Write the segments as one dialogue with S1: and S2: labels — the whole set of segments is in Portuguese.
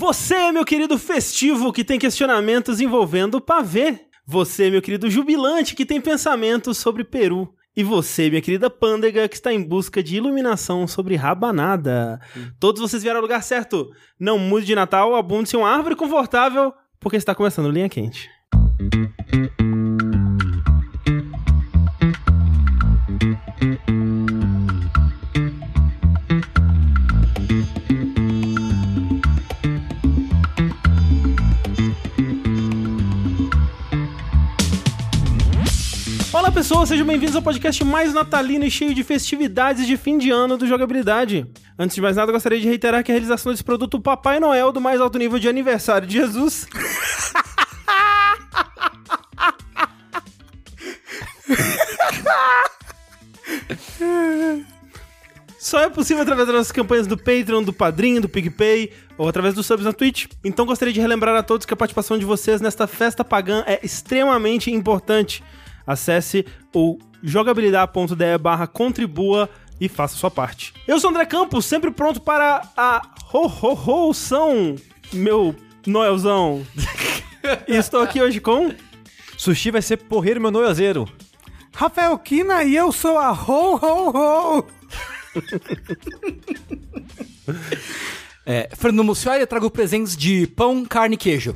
S1: Você, meu querido festivo, que tem questionamentos envolvendo o pavê. Você, meu querido jubilante, que tem pensamentos sobre Peru. E você, minha querida pândega, que está em busca de iluminação sobre rabanada. Todos vocês vieram ao lugar certo. Não mude de Natal, abunde-se uma árvore confortável, porque está começando Linha Quente. Olá pessoas, sejam bem-vindos ao podcast mais natalino e cheio de festividades de fim de ano do Jogabilidade. Antes de mais nada, gostaria de reiterar que a realização desse produto Papai Noel do mais alto nível de aniversário de Jesus Só é possível através das nossas campanhas do Patreon, do Padrinho, do PicPay ou através dos subs na Twitch. Então gostaria de relembrar a todos que a participação de vocês nesta festa pagã é extremamente importante. Acesse o jogabilidade.de barra contribua e faça sua parte. Eu sou o André Campos, sempre pronto para a ho ho ho são, meu Noelzão. e estou aqui hoje com...
S2: Sushi vai ser porreiro, meu noiazeiro.
S3: Rafael Kina e eu sou a Ho Ho Ho.
S4: É, Fernando Mussioari, eu trago presentes de pão, carne e queijo.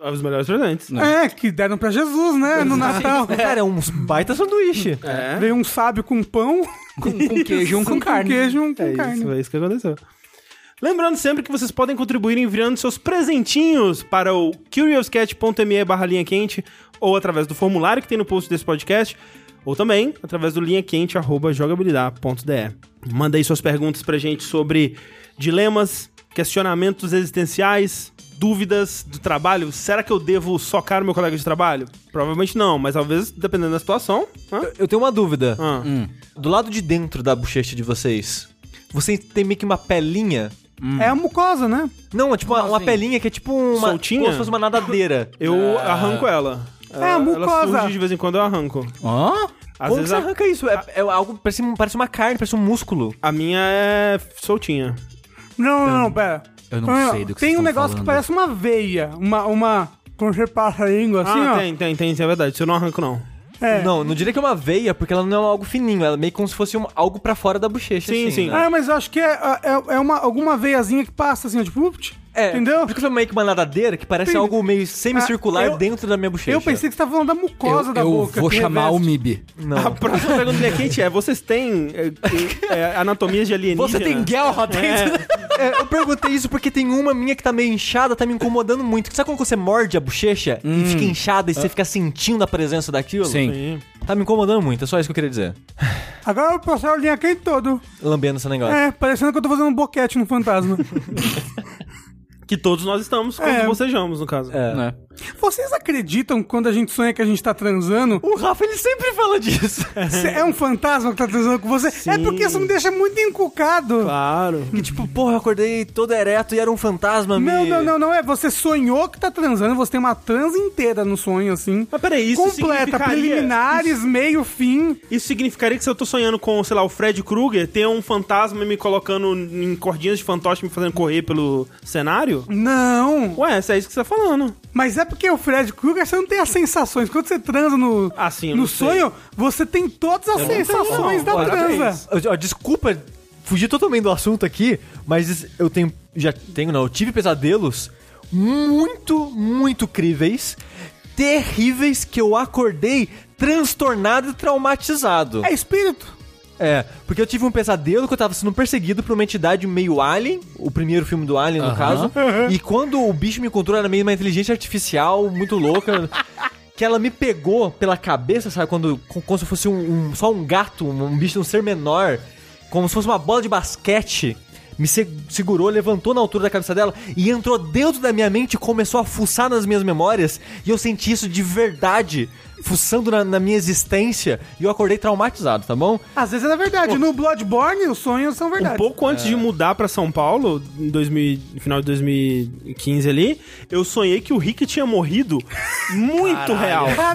S1: Os melhores presentes.
S3: É, que deram pra Jesus, né? No Natal.
S2: Cara, é um baita sanduíche.
S1: É.
S3: Veio um sábio com pão.
S4: Com, com queijo, um com carne.
S3: queijo, um com
S1: É
S3: carne.
S1: isso, é isso que aconteceu. Lembrando sempre que vocês podem contribuir enviando seus presentinhos para o curiouscat.me barra linha quente ou através do formulário que tem no post desse podcast ou também através do linhaquente.jogabilidade.de. Manda aí suas perguntas pra gente sobre dilemas, questionamentos existenciais, dúvidas do trabalho. Será que eu devo socar o meu colega de trabalho? Provavelmente não, mas talvez, dependendo da situação... hã?
S2: Eu tenho uma dúvida.
S1: Ah.
S2: Do lado de dentro da bochecha de vocês, vocês têm meio que uma pelinha?
S4: Hum.
S3: É a mucosa, né?
S2: Não, é tipo uma,
S4: Como
S2: uma
S4: assim?
S2: pelinha que é tipo uma...
S1: Soltinha?
S2: Como se fosse uma nadadeira.
S1: Eu arranco ela. Ela- ela
S3: mucosa.
S1: surge de vez em quando eu arranco.
S4: Hã?
S1: Às
S2: Como que
S1: vezes
S2: você
S1: a,
S2: arranca isso? É, é algo... Parece, um- parece uma carne, parece um músculo.
S1: a minha é soltinha.
S3: Não, não, não, pera.
S4: eu não sei do que
S3: Tem um
S4: vocês estão
S3: negócio
S4: falando.
S3: que parece uma veia. Uma. uma quando você passa a língua assim,
S1: ah,
S3: ó.
S1: tem, tem, tem, isso é verdade. Isso eu não arranco, não.
S3: É.
S2: Não, não diria que é uma veia, porque ela não é algo fininho. Ela é meio como se fosse um- algo pra fora da bochecha,
S1: Sim,
S2: assim,
S1: sim.
S2: né?
S3: Ah, mas eu acho que é, é, é uma, alguma veiazinha que passa assim, ó, tipo, upt,
S2: É,
S3: entendeu?
S2: Por isso que eu falei meio que uma nadadeira, que parece
S3: Entendi.
S2: algo meio semicircular
S3: Ah, eu-
S2: dentro da minha bochecha.
S3: Eu pensei que você tava falando da mucosa
S4: eu
S3: da
S4: eu
S3: boca.
S4: vou
S3: que
S4: chamar o
S3: reveste.
S4: MIB.
S2: Não.
S3: Ah,
S1: A próxima pergunta minha quente é: vocês têm é, é, anatomias de alienígena?
S4: Você tem guerra dentro da...
S2: É, eu perguntei isso porque tem uma minha que tá meio inchada, tá me incomodando muito. Sabe quando você morde a bochecha e fica inchada e você fica sentindo a presença daquilo?
S4: Sim.
S1: Sim.
S2: Tá me incomodando muito, é só isso que eu queria dizer.
S3: Agora eu passei a linha quente todo.
S2: Lambendo esse
S4: Tá.
S2: negócio.
S3: É, parecendo que eu tô fazendo um boquete no fantasma.
S1: Que todos nós estamos quando
S3: É.
S1: bocejamos, no caso.
S2: É.
S4: Né?
S3: Vocês acreditam que quando a gente sonha que a gente tá transando?
S2: O Rafa, ele sempre fala disso.
S3: cê- é um fantasma que tá transando com você? É porque isso me deixa muito encucado.
S1: Claro.
S2: Que tipo, porra, eu acordei todo ereto e era um fantasma,
S3: Não,
S2: me-
S3: não, não, não é. Você sonhou que tá transando, você tem uma transa inteira no sonho, assim.
S1: Mas peraí, isso
S3: completa,
S1: significaria-
S3: preliminares, meio, fim.
S1: Isso significaria que se eu tô sonhando com, sei lá, o Fred Krueger, ter um fantasma me colocando em cordinhas de fantoche me fazendo correr pelo cenário?
S3: Não.
S1: Ué, isso é isso que você tá falando.
S3: Mas é porque o Fred Krueger, você não tem as sensações. Quando você transa no,
S1: Ah, sim, eu
S3: no
S1: não sei.
S3: sonho, você tem todas as sensações
S1: não.
S3: da
S1: Parabéns.
S3: transa.
S2: Ó, ó, desculpa fugir totalmente do assunto aqui, mas eu tenho. Já tenho, não. Eu tive pesadelos muito, muito críveis, terríveis, que eu acordei transtornado e traumatizado.
S3: É espírito.
S2: É, porque eu tive um pesadelo que eu tava sendo perseguido por uma entidade meio Alien, o primeiro filme do Alien, no
S4: Aham.
S2: caso. E quando o bicho me encontrou, era meio uma inteligência artificial muito louca. Que ela me pegou pela cabeça, sabe? Quando, com- como se fosse um, um- só um gato, um, um bicho, um ser menor. Como se fosse uma bola de basquete. Me se- segurou, levantou na altura da cabeça dela e entrou dentro da minha mente e começou a fuçar nas minhas memórias. E eu senti isso de verdade, fuçando na, na minha existência. E eu acordei traumatizado, tá bom?
S3: Às vezes é verdade. No Bloodborne, os sonhos são
S1: Um
S3: verdade.
S1: pouco antes de mudar pra São Paulo, em 2000, no final de 2015 ali, eu sonhei que o Rick tinha morrido muito real. um Mas foi o-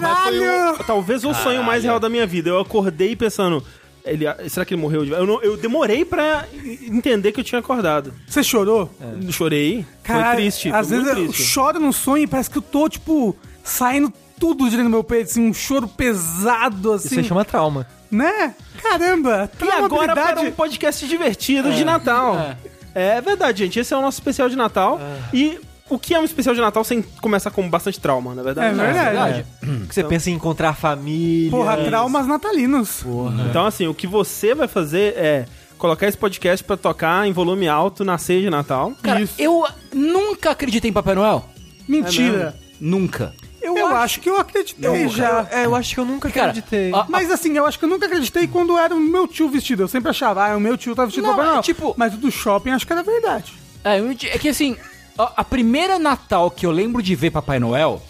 S3: Caralho!
S1: talvez o sonho mais real da minha vida. Eu acordei pensando, Ele, será que ele morreu? de- Eu, não- eu demorei pra entender que eu tinha acordado.
S3: Você chorou?
S1: É. Chorei.
S3: Cara,
S1: foi triste.
S3: Às
S1: foi
S3: vezes
S1: muito
S3: eu
S1: triste.
S3: choro no sonho e parece que eu tô, tipo, saindo tudo de dentro do meu peito, assim, um choro pesado,
S2: Isso
S3: assim.
S2: aí chama trauma.
S3: Né? Caramba!
S1: E agora para
S3: traumabilidade-
S1: um podcast divertido de Natal. É. verdade, gente. Esse é o nosso especial de Natal. E o que é um especial de Natal sem começar com bastante trauma, na
S3: É
S1: verdade?
S3: verdade.
S2: É.
S3: Então.
S2: Que você pensa em encontrar a família. É.
S3: Porra, traumas natalinos.
S1: Então, assim, o que você vai fazer é colocar esse podcast pra tocar em volume alto na ceia de Natal.
S4: Cara,
S1: Isso.
S4: eu nunca acreditei em Papai Noel.
S3: Mentira.
S4: Nunca.
S3: eu acho... que eu acreditei já.
S2: É, eu acho que eu nunca
S4: Cara,
S2: acreditei.
S4: a-
S3: Mas assim, eu acho que eu nunca acreditei quando era o meu tio vestido. Eu sempre achava, ah, o meu tio tá vestido
S4: Não,
S3: Papai
S4: é
S3: Noel.
S4: tipo-
S3: Mas o do shopping acho que era verdade.
S4: É, eu di- é que assim, a, a primeira Natal que eu lembro de ver Papai Noel,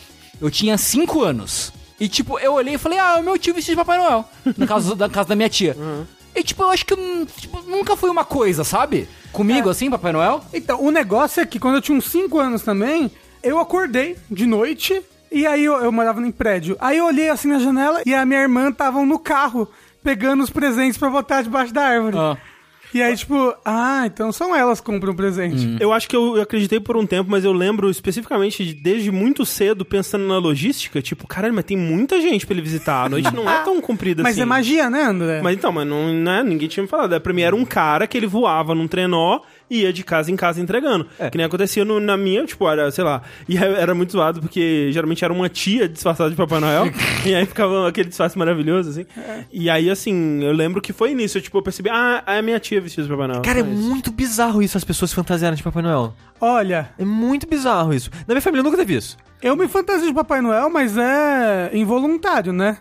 S4: eu tinha 5 anos. E tipo, eu olhei e falei, ah, é o meu tio vestido de Papai Noel. Na casa, da casa da minha tia.
S3: Uhum.
S4: E tipo, eu acho que hum, tipo, nunca foi uma coisa, sabe? Comigo,
S3: É.
S4: assim, Papai Noel.
S3: Então, o negócio é que quando eu tinha uns 5 anos também, eu acordei de noite e aí eu, eu morava num prédio. Aí eu olhei assim na janela e a minha irmã estavam no carro pegando os presentes pra botar debaixo da árvore.
S4: Ah.
S3: E aí, tipo, ah, então são elas que compram o presente.
S1: Eu acho que eu, eu acreditei por um tempo, mas eu lembro especificamente de- desde muito cedo pensando na logística. Tipo, caralho, mas tem muita gente pra ele visitar. A noite não é tão comprida
S3: Mas
S1: assim.
S3: é magia, né, André?
S1: Mas então, mas não, né, ninguém tinha me falado. Pra mim era um cara que ele voava num trenó e ia de casa em casa entregando. Que nem acontecia no- na minha, tipo, era, sei lá. E aí era muito zoado, porque geralmente era uma tia disfarçada de Papai Noel. e aí ficava aquele disfarce maravilhoso, assim. E aí, assim, eu lembro que foi nisso. Eu, tipo, eu percebi, ah, é a minha tia vestida de Papai Noel.
S2: Cara, é
S1: Só isso.
S2: muito bizarro isso, as pessoas se fantasiarem de Papai Noel.
S3: Olha,
S2: É muito bizarro isso. Na minha família nunca teve isso.
S3: eu me fantasio de Papai Noel, mas é involuntário, né?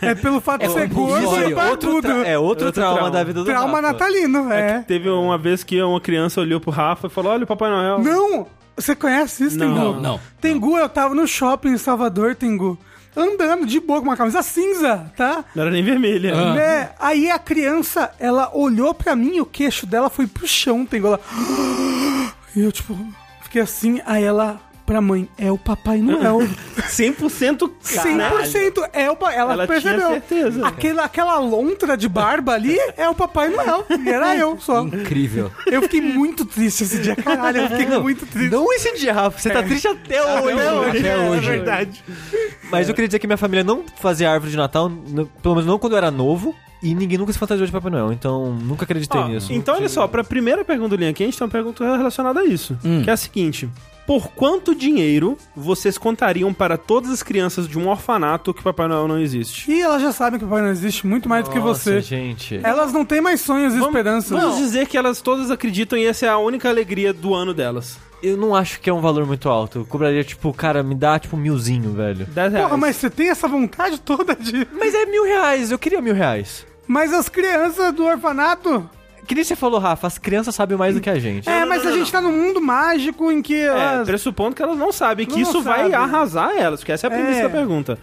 S3: é pelo fato de ser gordo
S4: compulsório.
S3: e barbudo.
S2: tra- é outro,
S1: Outro
S2: trauma,
S1: trauma.
S2: da vida do
S3: Trauma
S2: Rafa.
S3: natalino, é.
S1: Teve uma vez que uma criança olhou pro Rafa e falou: Olha o Papai Noel.
S3: Não! Você conhece isso,
S1: Não,
S3: Tengu?
S4: não, não.
S3: Tengu, eu tava no shopping em Salvador, Tengu, andando de boa com uma camisa cinza, tá?
S1: Não era nem vermelha.
S4: Ah.
S3: Né? Aí a criança, ela olhou pra mim, o queixo dela foi pro chão, Tengu, ela... E eu, tipo, fiquei assim, aí ela, pra mãe, é o Papai Noel.
S1: 100% cara.
S3: 100% é o pa... ela,
S1: Ela
S3: percebeu.
S1: tinha certeza.
S3: Aquela, aquela lontra de barba ali é o Papai Noel. E era eu só.
S4: Incrível.
S3: Eu fiquei muito triste esse dia, caralho. Eu fiquei muito triste. É.
S2: Não esse dia, Rafa. Você tá triste até hoje.
S4: até hoje.
S1: verdade.
S2: Mas eu queria dizer que minha família não fazia árvore de Natal, n- pelo menos não quando eu era novo, e ninguém nunca se fantasiou de Papai Noel. Então, nunca acreditei
S1: Ó,
S2: nisso.
S3: é
S1: Então, olha só, pra primeira pergunta do Linha aqui, a gente tem uma pergunta relacionada a isso. Que é a seguinte: Por quanto dinheiro vocês contariam para todas as crianças de um orfanato que Papai Noel não existe?
S3: E elas já sabem que o Papai Noel existe muito mais do que
S2: Nossa,
S3: você. é
S2: gente.
S3: Elas não têm mais sonhos e esperanças.
S1: Vamos dizer que elas todas acreditam e essa é a única alegria do ano delas.
S2: Eu não acho que é um valor muito alto. Eu cobraria, tipo, cara, me dá, tipo, milzinho, velho.
S1: 10
S4: É,
S1: reais.
S3: Porra, mas você tem essa vontade toda de.
S2: Mas é mil reais. Eu queria mil reais.
S3: Mas as crianças do orfanato.
S2: Que nem você falou, Rafa, as crianças sabem mais do que a gente.
S3: é, mas a gente tá num mundo mágico em que
S1: É,
S3: elas.
S1: pressupondo que elas não sabem, que
S3: Não
S1: isso vai
S3: sabem.
S1: arrasar elas, porque essa é a premissa
S3: É.
S1: da pergunta.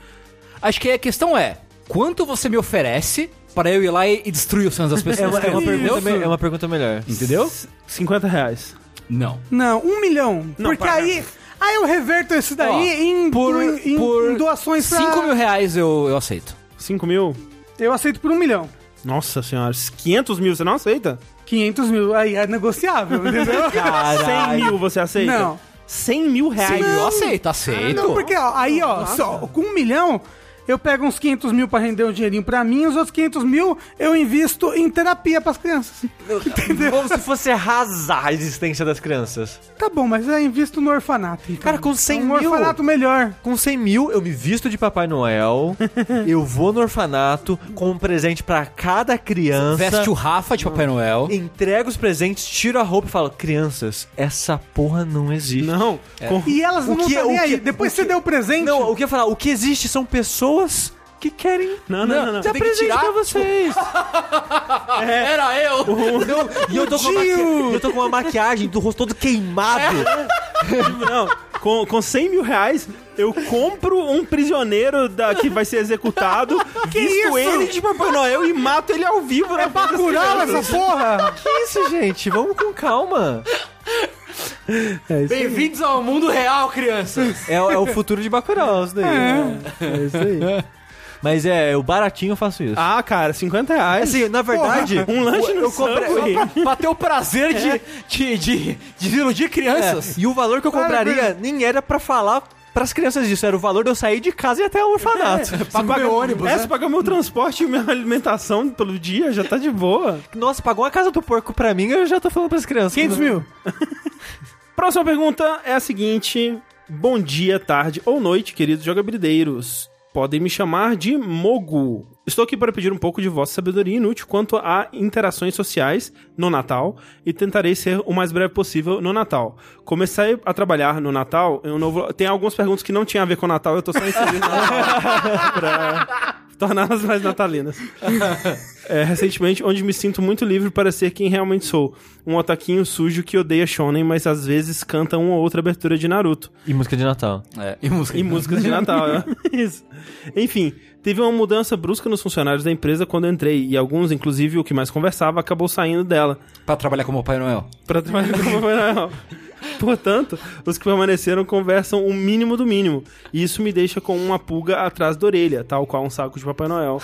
S4: Acho que a questão é, quanto você me oferece para eu ir lá e e destruir os sonhos das
S2: É
S4: pessoas?
S2: uma, é uma
S4: Entendeu?
S2: pergunta, me- é uma pergunta melhor.
S4: Entendeu?
S1: 50 reais.
S4: Não.
S3: Não, um milhão.
S1: Não,
S3: Porque
S1: para.
S3: aí. Aí eu reverto isso daí
S4: Ó,
S3: em,
S4: por- um-
S3: em- em-
S4: por
S3: em doações pra.
S4: 5 mil reais eu, eu aceito.
S1: 5 mil?
S3: Eu aceito por um milhão.
S1: Nossa senhora, 500 mil você não aceita?
S3: 500 mil. Aí é negociável, entendeu?
S1: 100 mil você aceita?
S3: Não.
S1: 100 mil
S4: Sim,
S1: reais?
S4: eu aceito, aceito.
S3: Ah, Não, porque ó, aí, ó, só, com um milhão, eu pego uns 500 mil pra render um dinheirinho pra mim, os outros 500 mil eu invisto em terapia pras crianças.
S2: Como se fosse arrasar a existência das crianças.
S3: Tá bom, mas eu invisto no orfanato. então.
S2: Cara, com 100
S3: um
S2: mil?
S3: orfanato melhor.
S2: Com 100 mil, eu me visto de Papai Noel, eu vou no orfanato com um presente pra cada criança.
S4: Veste o Rafa de Papai Noel.
S2: Entrego os presentes, tiro a roupa e falo: Crianças, essa porra não existe.
S1: Não. Com-
S3: E elas
S2: O
S3: não
S2: que- é
S3: estão nem
S2: o que-
S3: aí. Depois
S2: o
S3: você
S2: que-
S3: deu o presente.
S2: Não, o que eu ia falar? O que existe são pessoas que querem
S1: Não, não, não. não.
S2: dar
S4: tem que
S2: presente
S4: tirar?
S2: pra vocês.
S4: Era eu!
S2: e eu tô, com uma maqui- eu tô com uma maquiagem do rosto todo queimado.
S1: Não, com, com 100 mil reais, eu compro um prisioneiro da, que vai ser executado, visto
S3: isso?
S1: ele de Papai Noel e mato ele ao vivo
S2: É
S1: na frente das
S3: Curava
S1: crianças.
S3: essa porra!
S2: que isso, gente? Vamos com calma.
S4: Bem-vindos ao mundo real, crianças!
S2: É, é o futuro de Bacurau, isso daí. né? É, isso aí. Mas é, eu baratinho eu faço isso.
S1: Ah, cara, 50 reais.
S2: Assim, na verdade,
S1: um lanche no
S2: eu comprei- um
S1: Subway.
S4: Pra, pra ter o prazer de, de, de, de iludir crianças.
S2: É, e o valor que eu compraria nem era pra falar pras crianças disso, era o valor de eu sair de casa e ir até o orfanato.
S1: Você
S4: comer
S1: paga-
S4: ônibus,
S1: É,
S4: né?
S1: você paga meu transporte e minha alimentação pelo dia, já tá de boa.
S2: Nossa, pagou a casa do porco pra mim, eu já tô falando pras crianças.
S3: 500 mil.
S1: Próxima pergunta é a seguinte: Bom dia, tarde ou noite, queridos jogabrideiros. Podem me chamar de Mogu. Estou aqui para pedir um pouco de vossa sabedoria inútil quanto a interações sociais no Natal e tentarei ser o mais breve possível no Natal. Comecei a trabalhar no Natal, eu não vou... tem algumas perguntas que não tinha a ver com o Natal, eu tô só inserindo no Natal pra torná-las mais natalinas. É, recentemente, onde me sinto muito livre para ser quem realmente sou. Um otaquinho sujo que odeia shonen, mas às vezes canta uma ou outra abertura de Naruto.
S2: E música de Natal.
S4: É, e música.
S1: E músicas de Natal, né? Isso. Enfim, teve uma mudança brusca nos funcionários da empresa quando eu entrei, e alguns, inclusive o que mais conversava, acabou saindo dela.
S4: Pra trabalhar como Papai Noel.
S1: Pra trabalhar com o Papai Noel. Portanto, os que permaneceram conversam o mínimo do mínimo. E isso me deixa com uma pulga atrás da orelha, tal qual um saco de Papai Noel.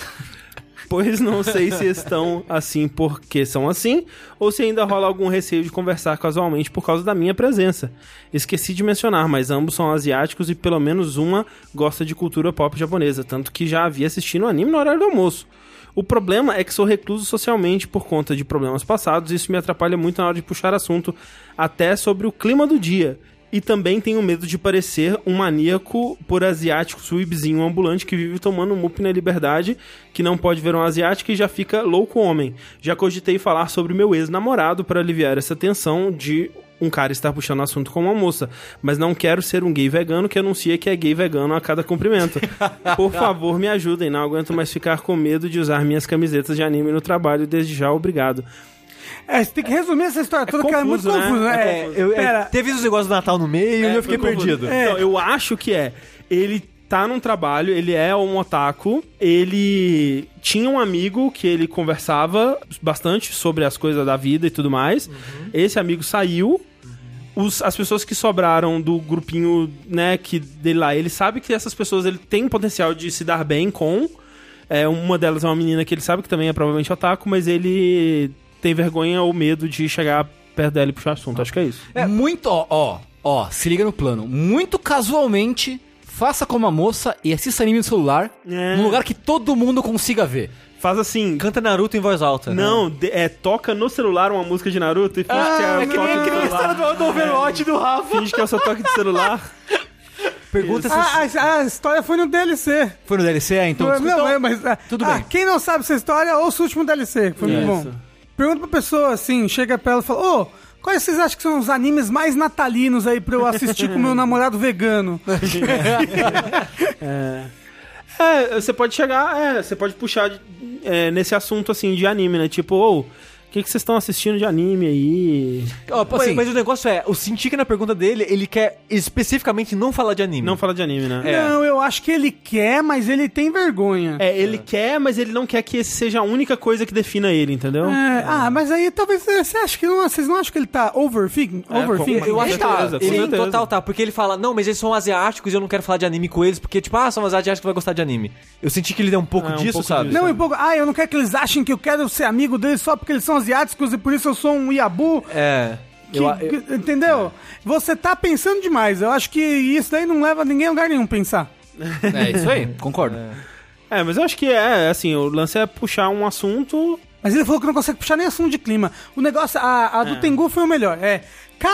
S1: Pois não sei se estão assim porque são assim, ou se ainda rola algum receio de conversar casualmente por causa da minha presença. Esqueci de mencionar, mas ambos são asiáticos e pelo menos uma gosta de cultura pop japonesa, tanto que já havia assistido um anime no horário do almoço. O problema é que sou recluso socialmente por conta de problemas passados, e isso me atrapalha muito na hora de puxar assunto, até sobre o clima do dia. E também tenho medo de parecer um maníaco por asiático suibzinho ambulante que vive tomando um mup na liberdade, que não pode ver um asiático e já fica louco homem. Já cogitei falar sobre meu ex-namorado para aliviar essa tensão de um cara estar puxando assunto com uma moça, mas não quero ser um gay vegano que anuncia que é gay vegano a cada cumprimento. Por favor, me ajudem, não aguento mais ficar com medo de usar minhas camisetas de anime no trabalho, desde já obrigado.
S3: É, você tem que resumir essa história toda, que ela é muito
S1: confuso, né?
S3: confusa, né?
S1: É confuso.
S2: Eu, é,
S3: Pera,
S2: teve os negócios do Natal no meio e eu fiquei
S1: foi É, confuso.
S2: perdido. É.
S1: Então, eu acho que é. Ele tá num trabalho, ele é um otaku, ele tinha um amigo que ele conversava bastante sobre as coisas da vida e tudo mais. Esse amigo saiu. Os- as pessoas que sobraram do grupinho, né, que dele lá, ele sabe que essas pessoas ele tem um potencial de se dar bem com. É, uma delas é uma menina que ele sabe que também é provavelmente otaku, mas ele tem vergonha ou medo de chegar perto dela e puxar assunto. Acho que é isso.
S4: Muito, ó, ó, ó, se liga no plano. Muito casualmente, faça como a moça e assista anime no celular,
S1: É.
S4: num lugar que todo mundo consiga ver.
S1: Faz assim,
S2: Canta Naruto em voz alta. né?
S1: Não, de- é, toca no celular uma música de Naruto e finge que é, o toque do celular.
S4: do Overwatch do Rafa.
S1: Finge que é o seu toque de celular.
S2: Pergunta se
S3: a, Ah, a- a história foi no DLC.
S4: Foi no DLC, é, então.
S3: Não,
S4: desculpa.
S3: não, é, mas. ah,
S4: tudo
S3: ah,
S4: bem.
S3: Quem não sabe essa história, ouça o último DLC, que foi muito
S1: Isso.
S3: bom. Pergunta pra pessoa assim, chega pra ela e fala: Ô, quais vocês acham que são os animes mais natalinos aí pra eu assistir com meu namorado vegano?
S1: É, você pode chegar, é, você pode puxar é, nesse assunto assim de anime, né? Tipo, ô, o que, que vocês estão assistindo de anime aí?
S4: Ó, pô, assim,
S2: mas o negócio é, o senti que na pergunta dele, ele quer especificamente não falar de anime.
S1: Não fala de anime,
S2: É.
S1: né?
S3: Não, eu acho que ele quer, mas ele tem vergonha.
S1: É, ele quer, mas ele não quer que esse seja a única coisa que defina ele, entendeu?
S3: É, ah, mas aí talvez é, você acha que não, vocês não acham que ele tá overthinking?
S1: É,
S3: overthinking?
S1: com-
S2: Eu
S1: Com
S2: acho que tá.
S1: certeza, com
S2: Ele
S1: certeza.
S2: total tá, porque ele fala, não, mas eles são asiáticos e eu não quero falar de anime com eles, porque, tipo, ah, são asiáticos que vai gostar de anime. Eu senti que ele deu um pouco
S1: É, um
S2: disso,
S1: pouco
S2: sabe?
S1: disso.
S3: Não, e pouco. Ah, eu não quero que eles achem que eu quero ser amigo deles só porque eles são asiáticos e por isso eu sou um iabu.
S2: É.
S3: Que-
S2: Eu, eu-
S3: que- entendeu? Você tá pensando demais. Eu acho que isso daí não leva ninguém a lugar nenhum pensar.
S4: é isso aí, concordo.
S1: É, mas eu acho que é, assim, o lance é puxar um assunto.
S3: Mas ele falou que não consegue puxar nem assunto de clima. O negócio, a, a do Tengu foi o melhor. É,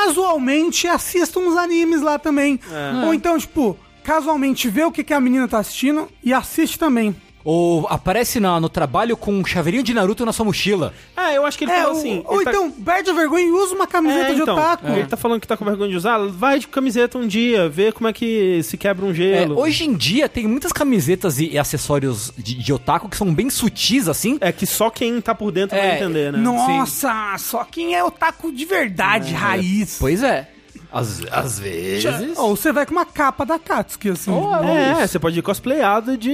S3: casualmente assista uns animes lá também.
S2: É.
S3: Ou então, tipo, casualmente vê o que, que a menina tá assistindo e assiste também.
S4: Ou aparece na, no trabalho com um chaveirinho de Naruto na sua mochila.
S1: É, eu acho que ele
S3: É,
S1: fala
S3: ou,
S1: assim.
S3: ou
S1: ele tá-
S3: então, perde a vergonha e usa uma camiseta
S1: É,
S3: de
S1: então,
S3: otaku.
S1: Ele tá falando que tá com vergonha de usar, vai de camiseta um dia, vê como é que se quebra um
S4: É,
S1: gelo.
S4: hoje em dia tem muitas camisetas e, e acessórios de, de otaku que são bem sutis, assim.
S1: É que só quem tá por dentro vai
S4: É,
S1: entender, né?
S3: Nossa, só quem é otaku de verdade, raiz.
S4: Pois é. Às, às vezes.
S3: Ou você vai com uma capa da Katsuki, assim.
S1: É, você pode ir cosplayado de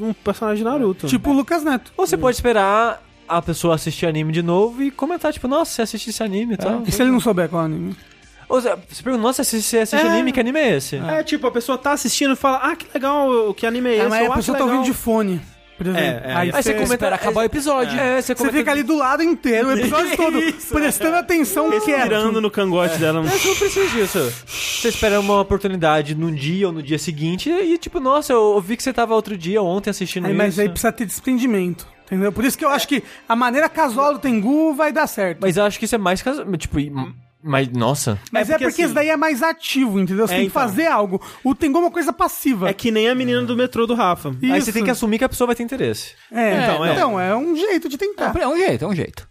S1: um personagem de Naruto.
S3: Tipo o Lucas Neto.
S2: ou você pode esperar a pessoa assistir anime de novo e comentar, tipo, nossa, você assiste esse anime e tal.
S3: E se ele não souber qual é anime?
S2: Ou seja, Você pergunta, nossa, você você assiste
S1: É.
S2: anime? Que anime é esse?
S1: É, tipo, a pessoa tá assistindo e fala, ah, que legal, que anime é esse?
S3: É, mas
S1: Ou,
S3: a
S1: "Ah,
S3: pessoa
S1: que
S3: tá
S1: legal."
S3: ouvindo de fone. Por exemplo.
S1: É, é,
S3: aí
S1: isso.
S2: Aí você
S4: Você
S2: comenta.
S4: espera acabar o episódio.
S2: É, você
S3: você
S2: comenta.
S3: fica ali do lado inteiro, o episódio todo, prestando atenção no que é.
S1: Respirando no cangote dela.
S2: Mas eu não preciso disso. Você espera uma oportunidade num dia ou no dia seguinte e, tipo, nossa, eu eu vi que você tava outro dia, ontem assistindo
S3: Aí,
S2: isso.
S3: mas aí precisa ter desprendimento, entendeu? Por isso que eu acho que a maneira casual do Tengu vai dar certo. Mas,
S2: Mas eu acho que isso é mais caso. Tipo, e- mas nossa.
S1: é
S3: é
S1: porque
S3: porque,
S1: assim-
S3: isso daí é mais ativo, entendeu? Você
S1: É,
S3: tem que
S1: então.
S3: fazer algo. O Tengu é uma coisa passiva.
S1: É que nem a menina do metrô do Rafa.
S2: Aí
S3: Isso.
S2: você tem que assumir que a pessoa vai ter interesse.
S3: É,
S1: então,
S3: então,
S1: é.
S3: é. um jeito de tentar.
S4: É um jeito, é um jeito.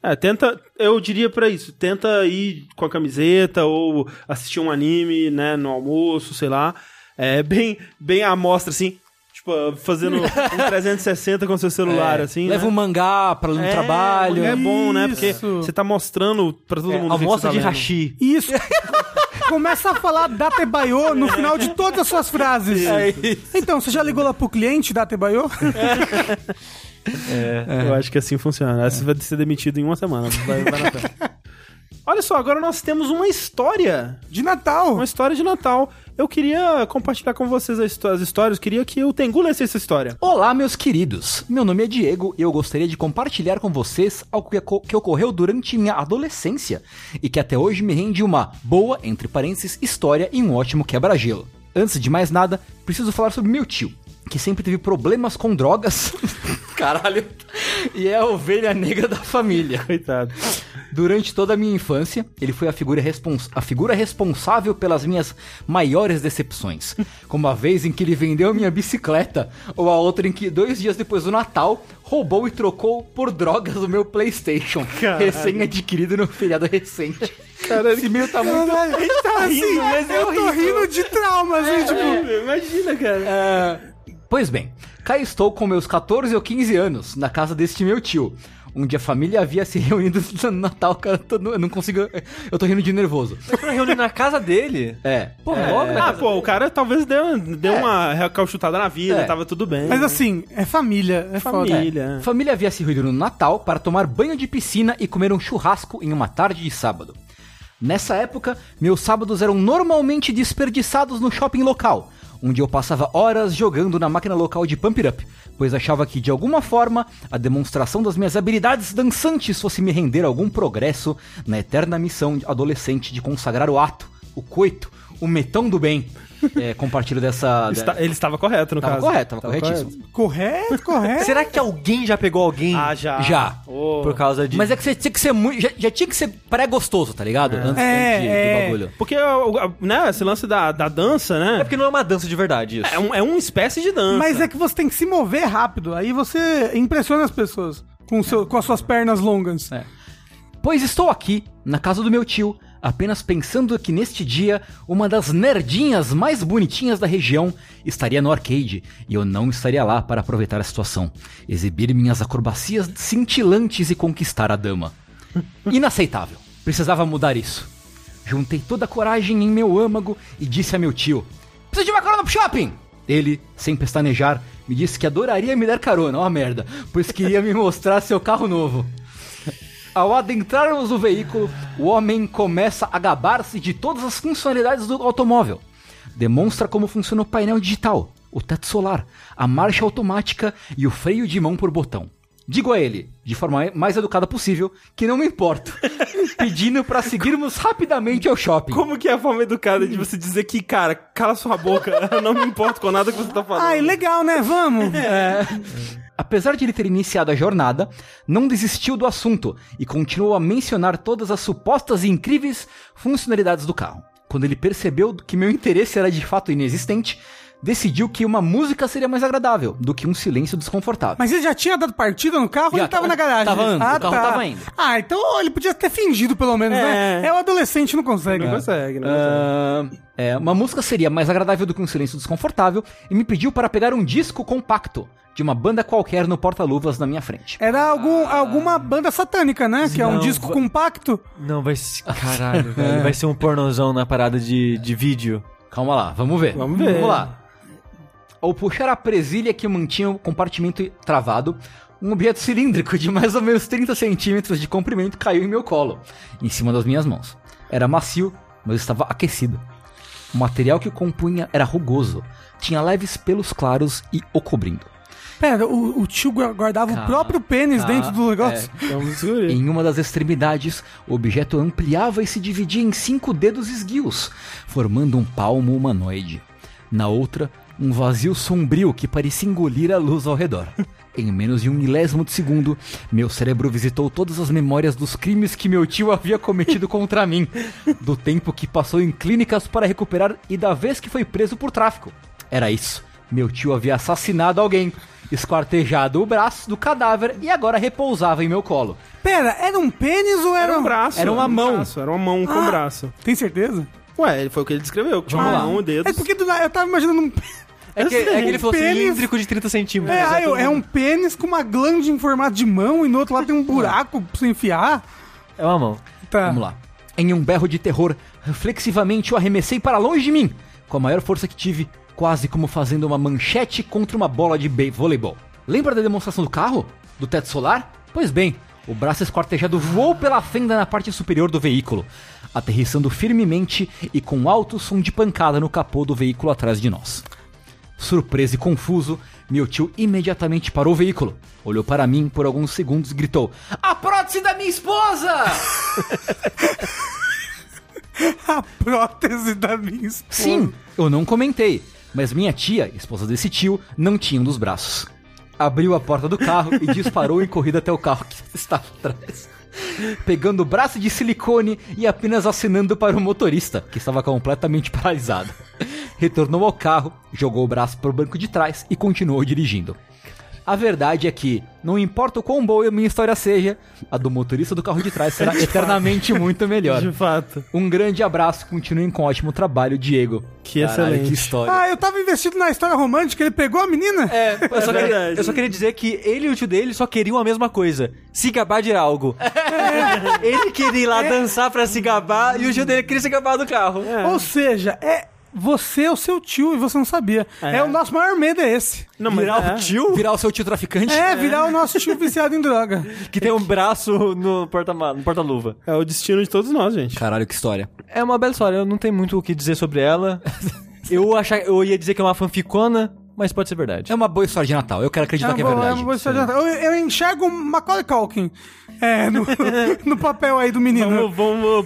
S1: É, tenta, eu diria pra isso, tenta ir com a camiseta ou assistir um anime, né, no almoço, sei lá. É bem, bem à amostra, assim, tipo, fazendo um 360 com seu
S3: É.
S1: celular, assim.
S4: Leva
S1: né?
S4: um mangá pra lá no
S1: É,
S4: trabalho.
S1: É bom, né, porque
S3: Isso.
S1: você tá mostrando pra todo
S2: É,
S1: mundo. o que que
S2: amostra
S1: você tá
S2: de
S1: lendo.
S2: hashi.
S3: Isso. Começa a falar Datebayo no final de todas as suas frases. Então, você já ligou lá pro cliente Datebayo?
S1: Eu acho que assim funciona. Aí Você vai ser demitido em uma semana. Vai, vai na fé. Olha só, agora nós temos uma história
S3: De Natal.
S1: uma história de Natal. Eu queria compartilhar com vocês as histó- as histórias, queria que o Tengu lesse essa história.
S4: Olá, meus queridos. Meu nome é Diego e eu gostaria de compartilhar com vocês algo que, aco- que ocorreu durante minha adolescência e que até hoje me rende uma boa, entre parênteses, história e um ótimo quebra-gelo. Antes de mais nada, preciso falar sobre meu tio, que sempre teve problemas com drogas. Caralho. E é a ovelha negra da família.
S1: Coitado.
S4: Durante toda a minha infância, ele foi a figura, respons- a figura responsável pelas minhas maiores decepções. Como a vez em que ele vendeu a minha bicicleta, ou a outra em que, dois dias depois do Natal, roubou e trocou por drogas o meu PlayStation, recém-adquirido no feriado recente. Esse meio tá muito.
S3: Caralho, tá assim, eu tô rindo de trauma, assim,
S1: é.
S3: tipo...
S1: Imagina, cara.
S4: É, Pois bem, cá estou com meus 14 ou 15 anos, na casa deste meu tio. Onde a família havia se reunido no Natal, cara. tô- Eu não consigo. Eu tô rindo de nervoso.
S2: Pra reunir na casa dele.
S4: É.
S2: Pô, logo na
S1: Ah,
S2: casa
S1: pô, o cara talvez deu, deu uma recalchutada na vida,
S4: É.
S1: tava tudo bem.
S3: Mas assim, é família, é
S1: família.
S3: foda.
S1: Filha.
S4: Família havia se reunido no Natal para tomar banho de piscina e comer um churrasco em uma tarde de sábado. Nessa época, meus sábados eram normalmente desperdiçados no shopping local, onde eu passava horas jogando na máquina local de Pump It Up, pois achava que, de alguma forma, a demonstração das minhas habilidades dançantes fosse me render algum progresso na eterna missão adolescente de consagrar o ato, o coito, o metão do bem. É, compartilho dessa...
S1: Está- ele estava correto, no
S4: Tava
S1: caso.
S4: correto, tava corretíssimo.
S3: Correto, correto.
S2: Será que alguém já pegou alguém
S1: Ah, já.
S4: Já.
S1: Ô.
S2: por causa de.
S4: Mas é que você tinha que ser muito. Já, já tinha que ser pré-gostoso, tá ligado? Antes,
S3: É,
S4: antes de-
S3: é.
S4: do bagulho.
S1: Porque, o- a- né, esse lance da, da dança, né?
S2: É porque não é uma dança de verdade isso.
S1: É, um, é uma espécie de dança.
S3: Mas é que você tem que se mover rápido, aí você impressiona as pessoas com, o seu, com as suas pernas longas.
S4: Pois estou aqui, na casa do meu tio, apenas pensando que neste dia, uma das nerdinhas mais bonitinhas da região estaria no arcade e eu não estaria lá para aproveitar a situação, exibir minhas acrobacias cintilantes e conquistar a dama. Inaceitável. Precisava mudar isso. Juntei toda a coragem em meu âmago e disse a meu tio: Preciso de uma carona pro shopping! Ele, sem pestanejar, me disse que adoraria me dar carona, ó a merda, pois queria me mostrar seu carro novo. Ao adentrarmos o veículo, o homem começa a gabar-se de todas as funcionalidades do automóvel. Demonstra como funciona o painel digital, o teto solar, a marcha automática e o freio de mão por botão. Digo a ele, de forma mais educada possível, que não me importo, pedindo para seguirmos rapidamente ao shopping.
S1: Como que é a forma educada de você dizer que, cara, cala sua boca, eu não me importo com nada que você tá falando.
S3: Ai, legal, né? Vamos!
S4: Apesar de ele ter iniciado a jornada, não desistiu do assunto e continuou a mencionar todas as supostas e incríveis funcionalidades do carro. Quando ele percebeu que meu interesse era de fato inexistente, decidiu que uma música seria mais agradável do que um silêncio desconfortável.
S3: Mas ele já tinha dado partida no carro ou
S4: Já, tá-
S3: ele tava na garagem?
S4: tava indo, o carro tava indo.
S3: Ah, então ele podia ter fingido, pelo menos, né? É o adolescente, não consegue.
S1: Não consegue, não consegue.
S4: Ah, é, uma música seria mais agradável do que um silêncio desconfortável e me pediu para pegar um disco compacto de uma banda qualquer no porta-luvas na minha frente.
S3: Era algum, alguma banda satânica, né? Que é um
S2: Não,
S3: disco
S2: va-
S3: compacto.
S2: Não, vai ser.
S3: É.
S2: Caralho, velho. Vai ser um pornozão na parada de, de vídeo.
S4: Calma lá, vamos ver.
S1: Vamos ver.
S4: Vamos lá. Ao puxar a presilha que mantinha o compartimento travado, um objeto cilíndrico de mais ou menos 30 centímetros de comprimento caiu em meu colo, em cima das minhas mãos. Era macio, mas eu estava aquecido. O material que o compunha era rugoso, tinha leves pelos claros e o cobrindo.
S3: Pera, o, o tio guardava o próprio pênis
S4: tá,
S3: dentro do negócio?
S1: Vamos descobrir.
S4: Em uma das extremidades, o objeto ampliava e se dividia em cinco dedos esguios, formando um palmo humanoide. Na outra, um vazio sombrio que parecia engolir a luz ao redor. Em menos de um milésimo de segundo, meu cérebro visitou todas as memórias dos crimes que meu tio havia cometido contra mim, do tempo que passou em clínicas para recuperar e da vez que foi preso por tráfico. Era isso. Meu tio havia assassinado alguém, esquartejado o braço do cadáver e agora repousava em meu colo.
S3: Pera, era um pênis ou era,
S1: Era um braço.
S4: Era uma
S1: um
S4: mão.
S1: braço, era uma mão com
S3: Ah.
S1: braço.
S3: Tem certeza?
S1: Ué, foi o que ele descreveu. que Tinha uma
S4: Vamos lá.
S1: mão, um dedo.
S3: É porque do nada eu tava imaginando um.
S2: É que, é que ele falou
S3: Pênis.
S2: cilíndrico de 30 centímetros.
S3: É, ah,
S2: aí
S3: eu-
S2: todo
S3: é
S2: mundo-
S3: um pênis com uma glande em formato de mão e no outro lado tem um buraco pra você enfiar.
S2: É uma mão.
S3: Tá.
S4: Vamos lá. Em um berro de terror, reflexivamente o arremessei para longe de mim, com a maior força que tive, quase como fazendo uma manchete contra uma bola de be- voleibol. Lembra da demonstração do carro? Do teto solar? Pois bem, o braço esquartejado voou pela fenda na parte superior do veículo, aterrissando firmemente e com alto som de pancada no capô do veículo atrás de nós. Surpreso e confuso, meu tio imediatamente parou o veículo, olhou para mim por alguns segundos e gritou: A prótese da minha esposa!
S3: A prótese da minha esposa.
S4: Sim, eu não comentei, mas minha tia, esposa desse tio, não tinha um dos braços. Abriu a porta do carro e disparou em corrida até o carro que estava atrás. Pegando o braço de silicone e apenas assinando para o motorista, que estava completamente paralisado. Retornou ao carro, jogou o braço para o banco de trás e continuou dirigindo. A verdade é que, não importa o quão boa a minha história seja, a do motorista do carro de trás será eternamente muito melhor.
S1: De fato.
S4: Um grande abraço, continuem com um ótimo trabalho, Diego.
S1: Que excelente.
S4: que história.
S3: Ah, eu tava investido na história romântica, ele pegou a menina?
S2: É, eu só, queria,
S1: verdade.
S2: eu só queria dizer que ele e o tio dele só queriam a mesma coisa: se gabar de algo. Ele queria ir lá dançar pra se gabar e o tio dele queria se gabar do carro.
S3: Ou seja, é você é o seu tio e você não sabia. É, o nosso maior medo é esse.
S1: Não, mas
S2: Virar
S1: é.
S2: o tio
S4: Virar o seu tio traficante?
S3: É, virar o nosso tio viciado em droga.
S2: que tem um braço no porta- no porta-luva.
S1: é o destino de todos nós, gente.
S4: Caralho, que história.
S2: É uma bela história, eu não tenho muito o que dizer sobre ela. eu, achar, eu ia dizer que é uma fanficona, mas pode ser verdade.
S4: É uma boa história de Natal, eu quero acreditar que é
S3: uma boa-
S4: verdade.
S3: uma boa história de- eu, eu enxergo o Macaulay Culkin é, no, no papel aí do menino.
S1: Vamos,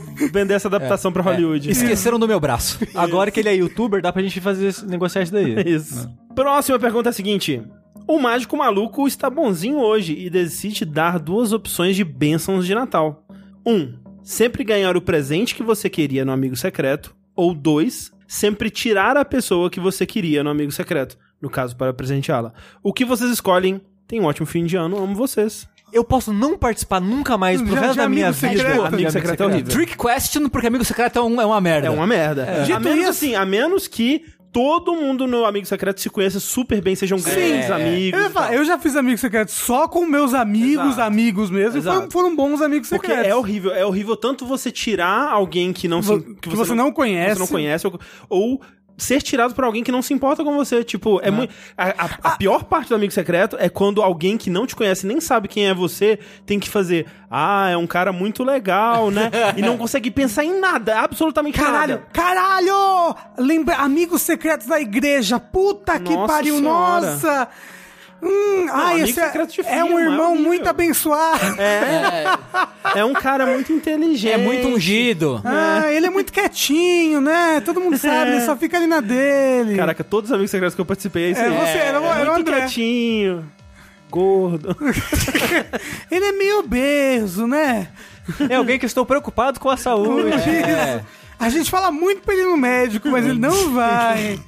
S1: vamos vender essa adaptação pra Hollywood.
S4: Esqueceram do meu braço.
S2: Agora que ele é youtuber, dá pra gente fazer esse- negociar isso daí.
S1: Isso. Próxima pergunta é a seguinte. O mágico maluco está bonzinho hoje e decide dar duas opções de bênçãos de Natal. Um, sempre ganhar o presente que você queria no amigo secreto. Ou dois, sempre tirar a pessoa que você queria no amigo secreto. No caso, para presenteá-la. O que vocês escolhem? Tem um ótimo fim de ano, amo vocês.
S2: Eu posso não participar nunca mais pro
S3: Já-
S2: resto
S3: já
S2: da minha
S3: amigo
S2: vida.
S3: secreto.
S2: de
S3: Amigo
S1: secreto é horrível.
S4: Trick question, porque amigo secreto é, um- é uma merda.
S1: É uma merda.
S3: Dito
S1: A menos
S3: isso-
S1: assim, a menos que todo mundo no amigo secreto se conheça super bem, sejam grandes É, amigos.
S3: Eu, ia falar, eu já fiz amigo secreto só com meus amigos,
S1: Exato.
S3: amigos mesmo. e
S1: Exato.
S3: Foram, foram bons amigos
S1: Porque
S3: secretos.
S1: é horrível. É horrível tanto você tirar alguém que não se,
S3: Vo- que você não conhece.
S1: você não conhece, ou, ou ser tirado por alguém que não se importa com você. Tipo, é muito. A, a-
S3: Ah.
S1: a pior parte do amigo secreto é quando alguém que não te conhece nem sabe quem é você tem que fazer. Ah, é um cara muito legal, né? e não consegue pensar em nada, absolutamente
S3: Caralho,
S1: nada.
S3: caralho! Lembra, amigos secretos da igreja. Puta que
S1: Nossa
S3: pariu,
S1: senhora.
S3: nossa! Hum, ai,
S1: amigo
S3: esse é,
S1: secreto de
S3: é um
S1: filme, é
S3: irmão
S1: horrível.
S3: muito abençoado.
S1: É um cara muito inteligente.
S4: É muito ungido.
S3: Ah, ele é muito quietinho, né? Todo mundo sabe, ele só fica ali na dele.
S1: Caraca, todos os amigos secretos que eu participei, é isso
S3: é,
S1: aí.
S3: você, era, o- era o
S1: muito
S3: André.
S1: quietinho, gordo.
S3: Ele é meio obeso, né?
S2: É alguém que eu estou preocupado com a saúde.
S3: Isso. A gente fala muito pra ele ir no médico, mas ele não vai.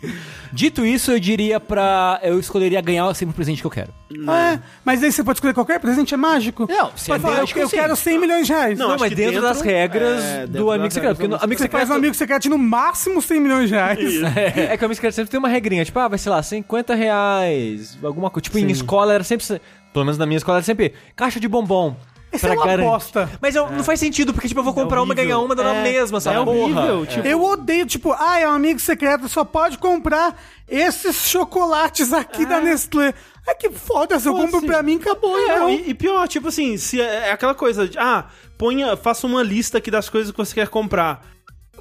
S4: Dito isso, eu diria pra. Eu escolheria ganhar sempre o presente que eu quero.
S3: Ah, mas aí você pode escolher qualquer presente, é mágico?
S4: Não, se é
S3: Pode falar,
S4: mágico,
S3: eu, eu
S4: sim.
S3: quero 100 milhões de reais.
S1: Não,
S2: Não,
S1: acho
S2: mas
S1: que
S2: dentro,
S1: dentro-
S2: das regras
S1: é, dentro
S2: do amigo
S1: das regras
S2: secreto.
S1: do
S2: Porque no
S1: amigo
S2: amigo
S3: você faz um
S2: secreto.
S3: amigo secreto de no máximo 100 milhões de reais.
S2: É que o amigo secreto sempre tem uma regrinha, tipo, ah, vai, sei lá, 50 reais, alguma coisa. Tipo, em escola era sempre. Pelo menos na minha escola era sempre caixa de bombom.
S3: Isso é uma
S2: garantir.
S3: aposta.
S2: Mas eu- não faz sentido, porque, tipo, eu vou comprar uma e
S1: É horrível.
S2: ganhar uma da
S1: É,
S2: mesma, sabe?
S1: é
S4: Um
S1: horrível,
S2: Porra.
S1: tipo-
S3: Eu odeio, tipo, ah, é um amigo secreto, só pode comprar esses chocolates aqui da Nestlé. Ai, que foda-se, eu compro
S1: Ah. Foda-se.
S3: pra mim, acabou,
S1: É,
S3: então.
S1: e, e pior, tipo assim, se é, é aquela coisa de, ah, ponha, faça uma lista aqui das coisas que você quer comprar.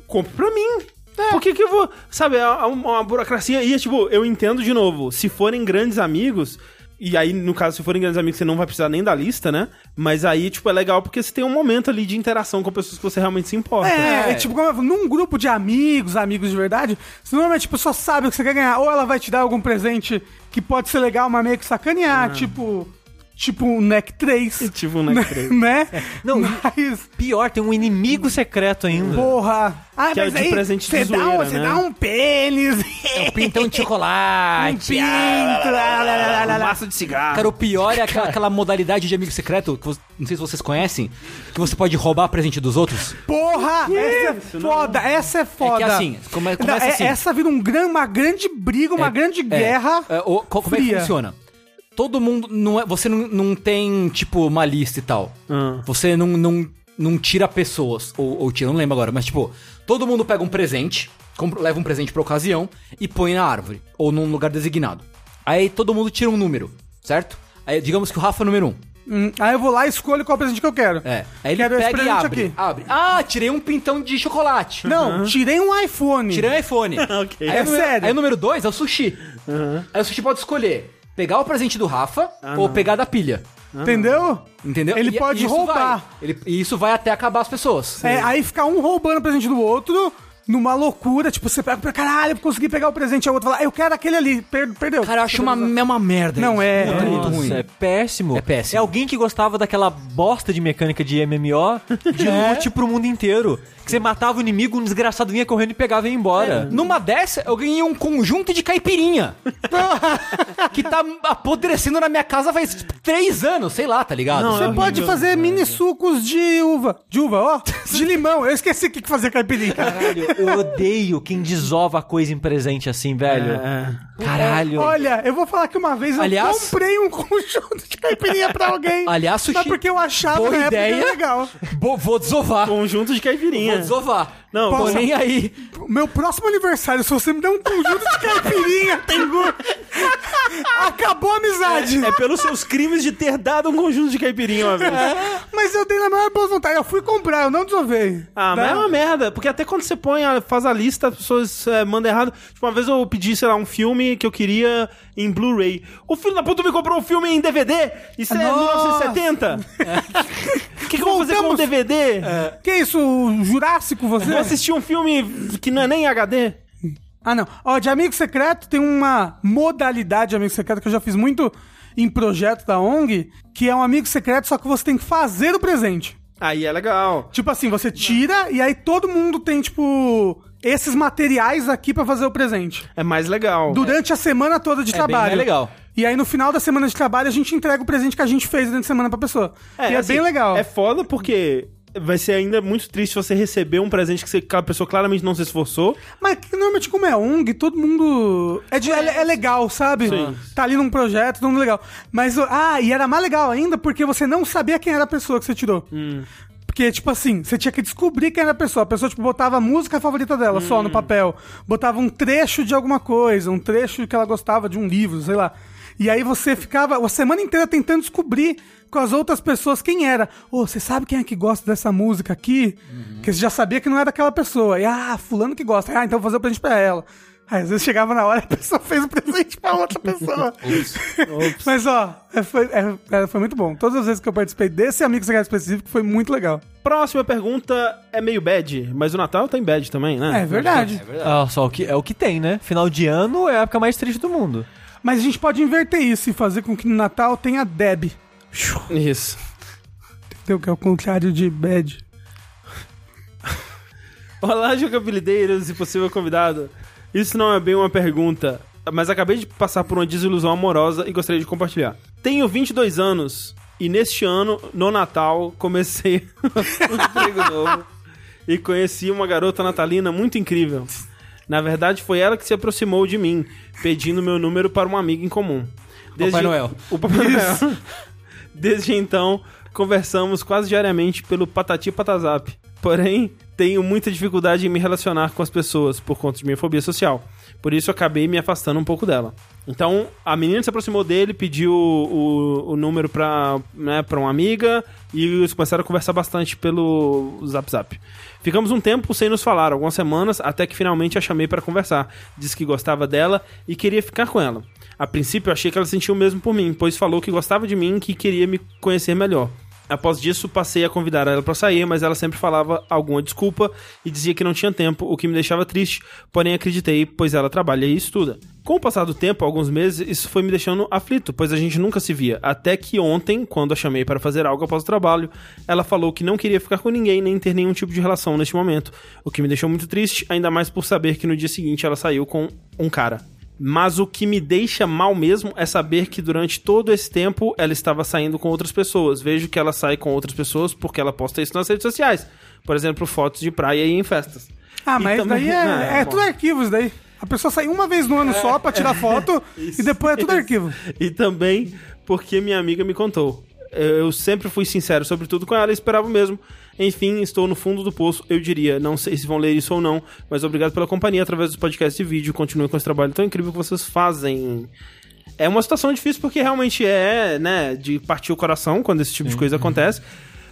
S1: compre pra mim.
S3: É.
S1: Por que, que eu vou. Sabe, é uma, uma burocracia. E, tipo, eu entendo de novo. Se forem grandes amigos. E aí, no caso, se forem grandes amigos, você não vai precisar nem da lista, né? Mas aí, tipo, é legal porque você tem um momento ali de interação com pessoas que você realmente se importa.
S3: É, é tipo, como eu falo, num grupo de amigos, amigos de verdade, você normalmente tipo, só sabe o que você quer ganhar. Ou ela vai te dar algum presente que pode ser legal, mas meio que sacanear, tipo. Tipo um Neck 3.
S1: Ah. Tipo um Neck 3.
S3: né?
S2: Não, e-
S3: mas.
S2: Pior, tem um inimigo secreto ainda.
S3: Porra! Ah,
S1: Que é o de presente de
S3: você dá, um,
S1: zoeira,
S3: você
S1: né?
S3: dá um pênis,
S4: É um pintão de chocolate.
S3: um pinto, lá, lá, lá, lá, lá.
S1: Massa Um de cigarro.
S4: Cara, o pior é aquela, aquela modalidade de amigo secreto, que vo- não sei se vocês conhecem, que você pode roubar presente dos outros.
S3: Porra! Essa é foda, essa é foda.
S4: assim, come- começa
S3: Não, é-
S4: assim.
S3: Essa vira um gran, uma grande briga, uma
S4: É,
S3: grande
S4: é,
S3: guerra.
S4: é, o- co- como é que
S3: fria.
S4: funciona? Todo mundo. Não é, você não, não tem, tipo, uma lista e tal. Você não, não, não tira pessoas. Ou, ou tira, não lembro agora, mas tipo, todo mundo pega um presente, compra- leva um presente pra ocasião e põe na árvore. Ou num lugar designado. Aí todo mundo tira um número, certo? Aí digamos que o Rafa é o número um.
S3: Hum, aí eu vou lá e escolho qual presente que eu quero.
S4: É. Aí ele
S3: Quero esse
S4: pega e
S3: presente
S4: abre,
S3: aqui.
S4: abre. Ah, tirei um pintão de chocolate.
S3: Não, tirei um iPhone.
S4: Tirei um iPhone.
S1: Ok.
S4: Aí,
S3: É
S4: o número-
S3: sério.
S4: aí o número dois é o sushi. Aí o sushi pode escolher pegar o presente do Rafa ou pegar da pilha.
S3: Entendeu?
S4: Entendeu?
S3: Ele pode
S4: isso
S3: roubar.
S4: vai. Ele- e isso vai até acabar as pessoas.
S3: É, aí fica um roubando o presente do outro numa loucura. Tipo, você pega pra caralho, consegui pegar o presente. Aí o outro fala, "Ah, eu quero aquele ali. Per- perdeu.
S4: Cara, eu acho uma, é uma merda.
S3: Não,
S4: isso.
S3: é.
S4: Muito, muito
S2: Nossa,
S4: ruim.
S2: é péssimo.
S4: É péssimo.
S2: É alguém que gostava daquela bosta de mecânica de MMO de loot pro mundo inteiro. Que você matava o inimigo, um desgraçado vinha correndo e pegava e ia embora.
S4: Numa dessa, eu ganhei um conjunto de caipirinha. que tá apodrecendo na minha casa faz tipo, três anos, sei lá, tá ligado?
S1: Não,
S3: Você
S1: é
S3: pode
S1: horrível.
S3: fazer mini sucos de uva. De uva, ó. De limão. Eu esqueci o que que fazia caipirinha.
S2: Caralho, eu odeio quem desova coisa em presente assim,
S1: É,
S2: velho. Caralho.
S3: Olha, eu vou falar que uma vez eu
S4: Aliás-
S3: comprei um conjunto de caipirinha pra alguém.
S4: Aliás,
S3: Só
S4: sushi,
S3: porque eu achava
S4: boa
S3: na época que
S4: ideia.
S3: era legal.
S4: Bo- vou desovar.
S1: Conjunto de
S4: Vou
S1: caipirinha.
S4: desovar.
S1: Não,
S4: tô
S1: posso-
S4: nem aí.
S3: Meu próximo aniversário, se você me der um conjunto de caipirinha, Tengu, acabou a amizade.
S1: É pelos seus crimes de ter dado um conjunto de caipirinha uma vez.
S4: É.
S3: Mas eu dei na maior boa vontade. Eu fui comprar, eu não desovei.
S1: Ah, mas
S3: Né?
S1: é uma merda, porque até quando você põe, a- faz a lista, as pessoas eh, mandam errado. Tipo, uma vez eu pedi, sei lá, um filme que eu queria em Blu-ray. O filho da puta me comprou um filme em DVD! Isso é
S3: Nossa.
S1: 1970? O que, que eu vou fazer com um
S3: Voltamos. É.
S1: DVD?
S3: Que isso, o Jurássico, você?
S4: É
S1: Vou
S4: assim.
S1: assistir um filme que não é nem HD?
S3: Ah, não. Ó, de amigo secreto tem uma modalidade de amigo secreto que eu já fiz muito em projeto da ONG, que é um amigo secreto, só que você tem que fazer o presente.
S1: Aí é legal.
S3: Tipo assim, você tira e aí todo mundo tem, tipo, esses materiais aqui pra fazer o presente.
S1: É mais legal.
S3: Durante a semana toda de
S4: É bem
S3: trabalho.
S4: mais legal.
S3: E aí no final da semana de trabalho a gente entrega o presente que a gente fez durante a semana pra pessoa. e é
S1: assim,
S3: bem legal.
S1: É foda porque vai ser ainda muito triste você receber um presente que, você, que a pessoa claramente não se esforçou.
S3: Mas que normalmente, como é ONG, todo mundo. É, de- é- é legal, sabe? Tá ali num projeto, todo mundo legal. Mas, o- ah, e era mais legal ainda porque você não sabia quem era a pessoa que você tirou. Porque, tipo assim, você tinha que descobrir quem era a pessoa. A pessoa, tipo, botava a música favorita dela só no papel. Botava um trecho de alguma coisa, um trecho que ela gostava de um livro, sei lá. E aí você ficava a semana inteira tentando descobrir com as outras pessoas quem era. Ô, você sabe quem é que gosta dessa música aqui? Porque você já sabia que não era daquela pessoa. E, ah, fulano que gosta. Ah, então vou fazer o presente pra ela. Aí, às vezes chegava na hora e a pessoa fez o presente pra outra pessoa. Mas, ó, é, foi, é, é, foi muito bom. Todas as vezes que eu participei desse Amigo Secreto específico, foi muito legal.
S1: Próxima pergunta é meio bad, mas o Natal tem bad também, né?
S3: É verdade.
S2: Ah, só o que, é o que tem, né? Final de ano é a época mais triste do mundo.
S3: Mas a gente pode inverter isso e fazer com que no Natal tenha Deb.
S4: É.
S1: Isso.
S3: Entendeu? Que é o contrário de Bad.
S1: Olá, jogabilideiros e possível convidado. Isso não é bem uma pergunta, mas acabei de passar por uma desilusão amorosa e gostaria de compartilhar. Tenho 22 anos e neste ano, no Natal, comecei um emprego novo e conheci uma garota natalina muito incrível. Na verdade, foi ela que se aproximou de mim, pedindo meu número para um amigo em comum.
S4: Papai Noel.
S1: O Papai Noel. Desde então, conversamos quase diariamente pelo Patati Patazap. Porém, tenho muita dificuldade em me relacionar com as pessoas por conta de minha fobia social. Por isso, eu acabei me afastando um pouco dela. Então, a menina se aproximou dele, pediu o, o número pra, né, pra uma amiga e eles começaram a conversar bastante pelo Zap Zap. Ficamos um tempo sem nos falar, algumas semanas, até que finalmente a chamei para conversar. Disse que gostava dela e queria ficar com ela. A princípio, eu achei que ela sentiu o mesmo por mim, pois falou que gostava de mim e que queria me conhecer melhor. Após disso, passei a convidar ela para sair, mas ela sempre falava alguma desculpa e dizia que não tinha tempo, o que me deixava triste, porém acreditei, pois ela trabalha e estuda. Com o passar do tempo, alguns meses, isso foi me deixando aflito, pois a gente nunca se via. Até que ontem, quando a chamei para fazer algo após o trabalho, ela falou que não queria ficar com ninguém nem ter nenhum tipo de relação neste momento, o que me deixou muito triste, ainda mais por saber que no dia seguinte ela saiu com um cara. Mas o que me deixa mal mesmo é saber que durante todo esse tempo ela estava saindo com outras pessoas. Vejo que ela sai com outras pessoas porque ela posta isso nas redes sociais. Por exemplo, fotos de praia e em festas.
S3: Ah,
S1: E
S3: mas isso
S1: também-
S3: daí é,
S1: Ah,
S3: é
S1: bom.
S3: tudo arquivo, isso daí. A pessoa sai uma vez no ano só pra tirar foto e depois é tudo arquivo.
S1: E também porque minha amiga me contou. Eu sempre fui sincero sobre tudo com ela e esperava o mesmo. Enfim, estou no fundo do poço, eu diria. Não sei se vão ler isso ou não, mas obrigado pela companhia através dos podcasts e vídeo. Continuem com esse trabalho tão incrível que vocês fazem. É uma situação difícil porque realmente é, né, de partir o coração quando esse tipo de coisa acontece.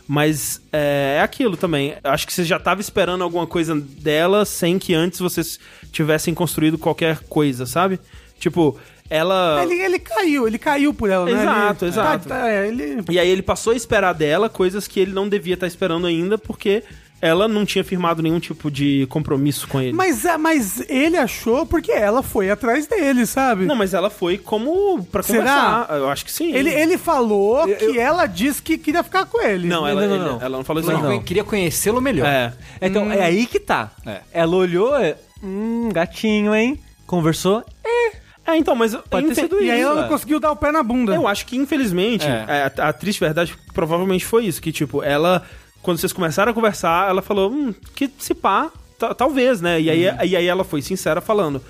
S1: Mas é, é aquilo também. Acho que você já estava esperando alguma coisa dela sem que antes vocês tivessem construído qualquer coisa, sabe? Tipo, ela.
S3: Ele, ele caiu, ele caiu por ela, né?
S1: Exato,
S3: Ele-
S1: exato.
S3: Tá- tá- é, ele-
S1: E aí ele passou a esperar dela coisas que ele não devia estar esperando ainda, porque ela não tinha firmado nenhum tipo de compromisso com ele.
S3: Mas, ah, mas ele achou porque ela foi atrás dele, sabe?
S1: Não, mas ela foi como pra
S3: Será?
S1: conversar. Eu acho que sim.
S3: Ele, ele falou que ela disse que queria ficar com ele.
S1: Não, ela
S2: Não, não,
S1: ele-
S2: não.
S1: ela não falou isso
S4: Falou que
S1: não.
S4: eu queria conhecê-lo melhor.
S1: É.
S2: Então,
S3: Hum.
S2: é aí que tá.
S4: É.
S2: Ela olhou, é, hum, gatinho, hein? Conversou.
S1: É, então, mas
S2: Pode ter
S1: inte-
S2: sido
S3: E aí
S2: isso,
S3: ela
S2: é.
S3: não conseguiu dar o pé na bunda.
S1: Eu acho que, infelizmente,
S4: É.
S1: a, a triste verdade provavelmente foi isso. Que, tipo, ela... Quando vocês começaram a conversar, ela falou... Hum, que se pá, ta- talvez, né? E aí,
S4: Uhum.
S1: e aí ela foi sincera falando...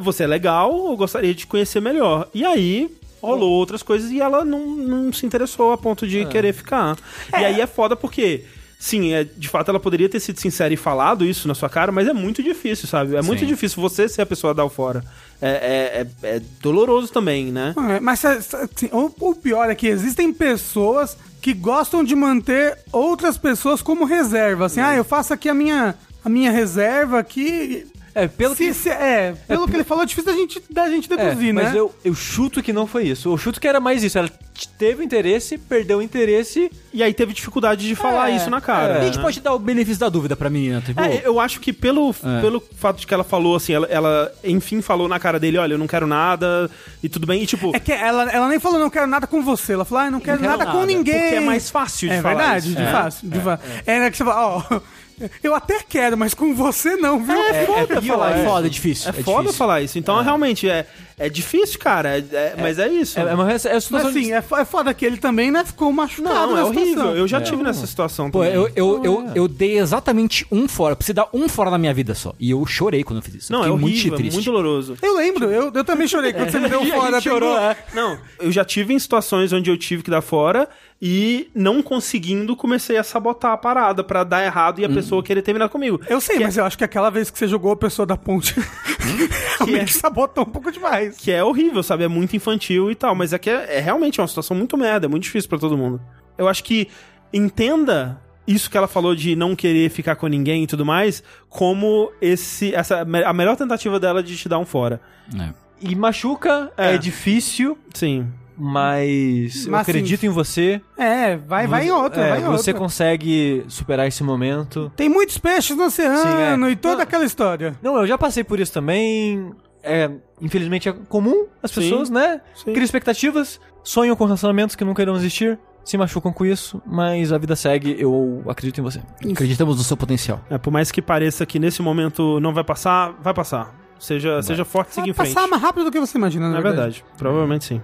S1: Você é legal, eu gostaria de te conhecer melhor. E aí... Rolou outras coisas e ela não, não se interessou a ponto
S4: É.
S1: de querer ficar. E aí é foda porque, sim, é, de fato ela poderia ter sido sincera e falado isso na sua cara, mas é muito difícil, sabe? É muito
S4: Sim.
S1: difícil você ser a pessoa a dar o fora. É- é- é- é doloroso também, né?
S3: Ah, é, Mas assim, o, o pior é que existem pessoas que gostam de manter outras pessoas como reserva.
S1: É.
S3: Assim, ah, eu faço aqui a minha, a minha reserva aqui.
S2: É, pelo
S3: Se-
S2: que.
S3: se- é, pelo que ele falou, é difícil da gente, da gente
S2: É,
S3: deduzir, né?
S2: mas eu, eu chuto que não foi isso. Eu chuto que era mais isso. Ela t- teve interesse, perdeu o interesse. tá
S1: E aí teve dificuldade de falar
S4: É,
S1: isso na cara.
S4: A
S1: né?
S4: gente pode dar o benefício da dúvida pra menina, tipo...
S1: É, eu acho que pelo,
S4: É.
S1: pelo fato de que ela falou assim, ela, ela, enfim falou na cara dele, olha, eu não quero nada e tudo bem, e tipo,
S3: É que ela, ela nem falou, não quero nada com você. Ela falou, ah, eu não quero,
S4: quero
S3: nada, com
S4: nada,
S3: ninguém.
S1: porque é mais fácil de
S3: É
S1: falar
S3: verdade,
S1: isso.
S3: de
S1: É.
S3: fácil. De fa- é. né, que você fala, ó, eu até quero, mas com você não, viu?
S1: É, foda
S4: pior,
S1: falar
S4: é
S1: isso.
S4: foda, é difícil.
S1: É, foda
S4: difícil.
S1: falar isso. Então, realmente, é, é difícil, cara. é- é- Mas é isso.
S2: É, é uma, é uma
S3: Mas
S2: situação
S3: assim,
S2: de-
S3: é, fo- é foda que ele também, né, ficou machucado
S1: não, é
S3: na
S1: horrível.
S3: situação.
S1: Eu já tive nessa situação
S4: Pô,
S1: também.
S4: eu, eu, eu,
S1: é.
S4: eu dei exatamente um fora. Eu Preciso dar um fora na minha vida só. E eu chorei quando eu fiz isso. Eu
S1: Não, é
S4: fiquei
S1: horrível, é muito doloroso.
S3: Eu lembro, eu, eu também chorei quando você me deu
S1: E a
S3: fora.
S1: gente chorou,
S3: pegou.
S1: é. Não, eu já tive em situações onde eu tive que dar fora e não conseguindo comecei a sabotar a parada pra dar errado e a pessoa querer terminar comigo.
S3: Eu sei, mas eu acho que aquela vez que você jogou a pessoa da ponte, realmente
S1: Que
S3: sabotou um pouco demais.
S1: que é horrível, sabe? É muito infantil e tal, mas é que é, é realmente uma situação muito merda, é muito difícil pra todo mundo. Eu acho que entenda isso que ela falou de não querer ficar com ninguém e tudo mais, como esse essa a melhor tentativa dela de te dar um fora.
S4: É.
S2: E machuca, é,
S1: É.
S2: difícil,
S1: Sim.
S2: mas, eu
S3: Mas, assim,
S2: acredito em você.
S3: É, vai, vai em outra,
S2: É,
S3: vai em outra.
S2: Você consegue superar esse momento.
S3: Tem muitos peixes no oceano
S2: Sim, é.
S3: e toda
S2: Não.
S3: aquela história.
S2: Não, eu já passei por isso também. É, infelizmente é comum as
S1: Sim,
S2: pessoas, né?
S1: sim.
S2: Criam expectativas, sonham com relacionamentos que nunca irão existir, se machucam com isso, mas a vida segue, eu acredito em você.
S4: Acreditamos no seu potencial.
S1: É, por mais que pareça que nesse momento não vai passar, vai passar. Seja, seja forte e siga
S3: Vai
S1: em frente.
S3: passar mais rápido do que você imagina, na
S4: É
S1: Na
S3: verdade.
S1: verdade, provavelmente sim.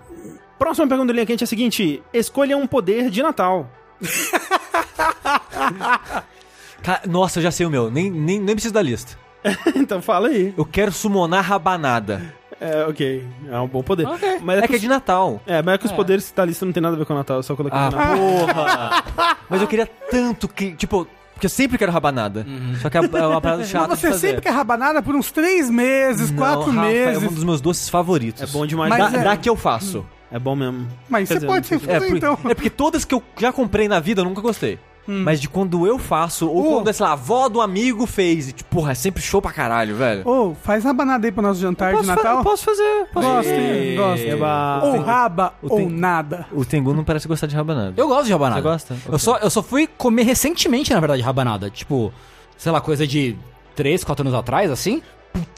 S1: Próxima pergunta do Linha Quente é a seguinte: escolha um poder de Natal.
S2: Ca- Nossa, eu já sei o meu, nem, nem, nem preciso da lista.
S1: então fala aí.
S2: Eu quero sumonar rabanada.
S1: É, ok. É um bom poder. Mas
S2: É que é de Natal.
S1: É, mas é Ah. que os
S3: Ah,
S1: poderes da lista não tem nada a ver com o é Natal, eu só coloquei
S2: Ah,
S1: o Natal.
S2: porra! Mas eu queria tanto que. Tipo, Porque eu sempre quero rabanada. Só que é é uma parada chata.
S3: Mas Uhum. você
S2: de fazer.
S3: sempre quer rabanada por uns três meses,
S2: Não,
S3: quatro
S2: Rafa,
S3: meses.
S2: É um dos meus doces favoritos.
S1: É bom demais.
S3: Mas
S2: Da,
S3: é-
S2: da que eu faço.
S1: É bom mesmo.
S3: Mas
S1: Quer
S3: você
S1: dizer,
S3: pode
S1: não
S3: sempre
S1: sei
S2: É,
S3: fazer,
S2: por-
S3: então. Hum.
S2: é porque todas que eu já comprei na vida eu nunca gostei. Mas de quando eu faço, ou
S3: Oh.
S2: quando, sei lá, a avó do amigo fez. E, tipo, porra, é sempre show pra caralho, velho.
S3: Ô, faz rabanada aí pro nosso jantar de
S2: fa-
S3: Natal.
S2: posso fazer. Posso
S3: Gosto,
S2: fazer.
S3: hein?
S1: é
S3: Gosto.
S1: Eba.
S3: Ou raba,
S2: o
S3: ou
S2: tem-
S3: nada.
S2: O Tengu não parece gostar de rabanada.
S4: Eu gosto de rabanada.
S2: Você gosta? Ok.
S4: Eu, só, eu só fui comer recentemente, na verdade, rabanada. Tipo, sei lá, coisa de 3, 4 anos atrás, assim.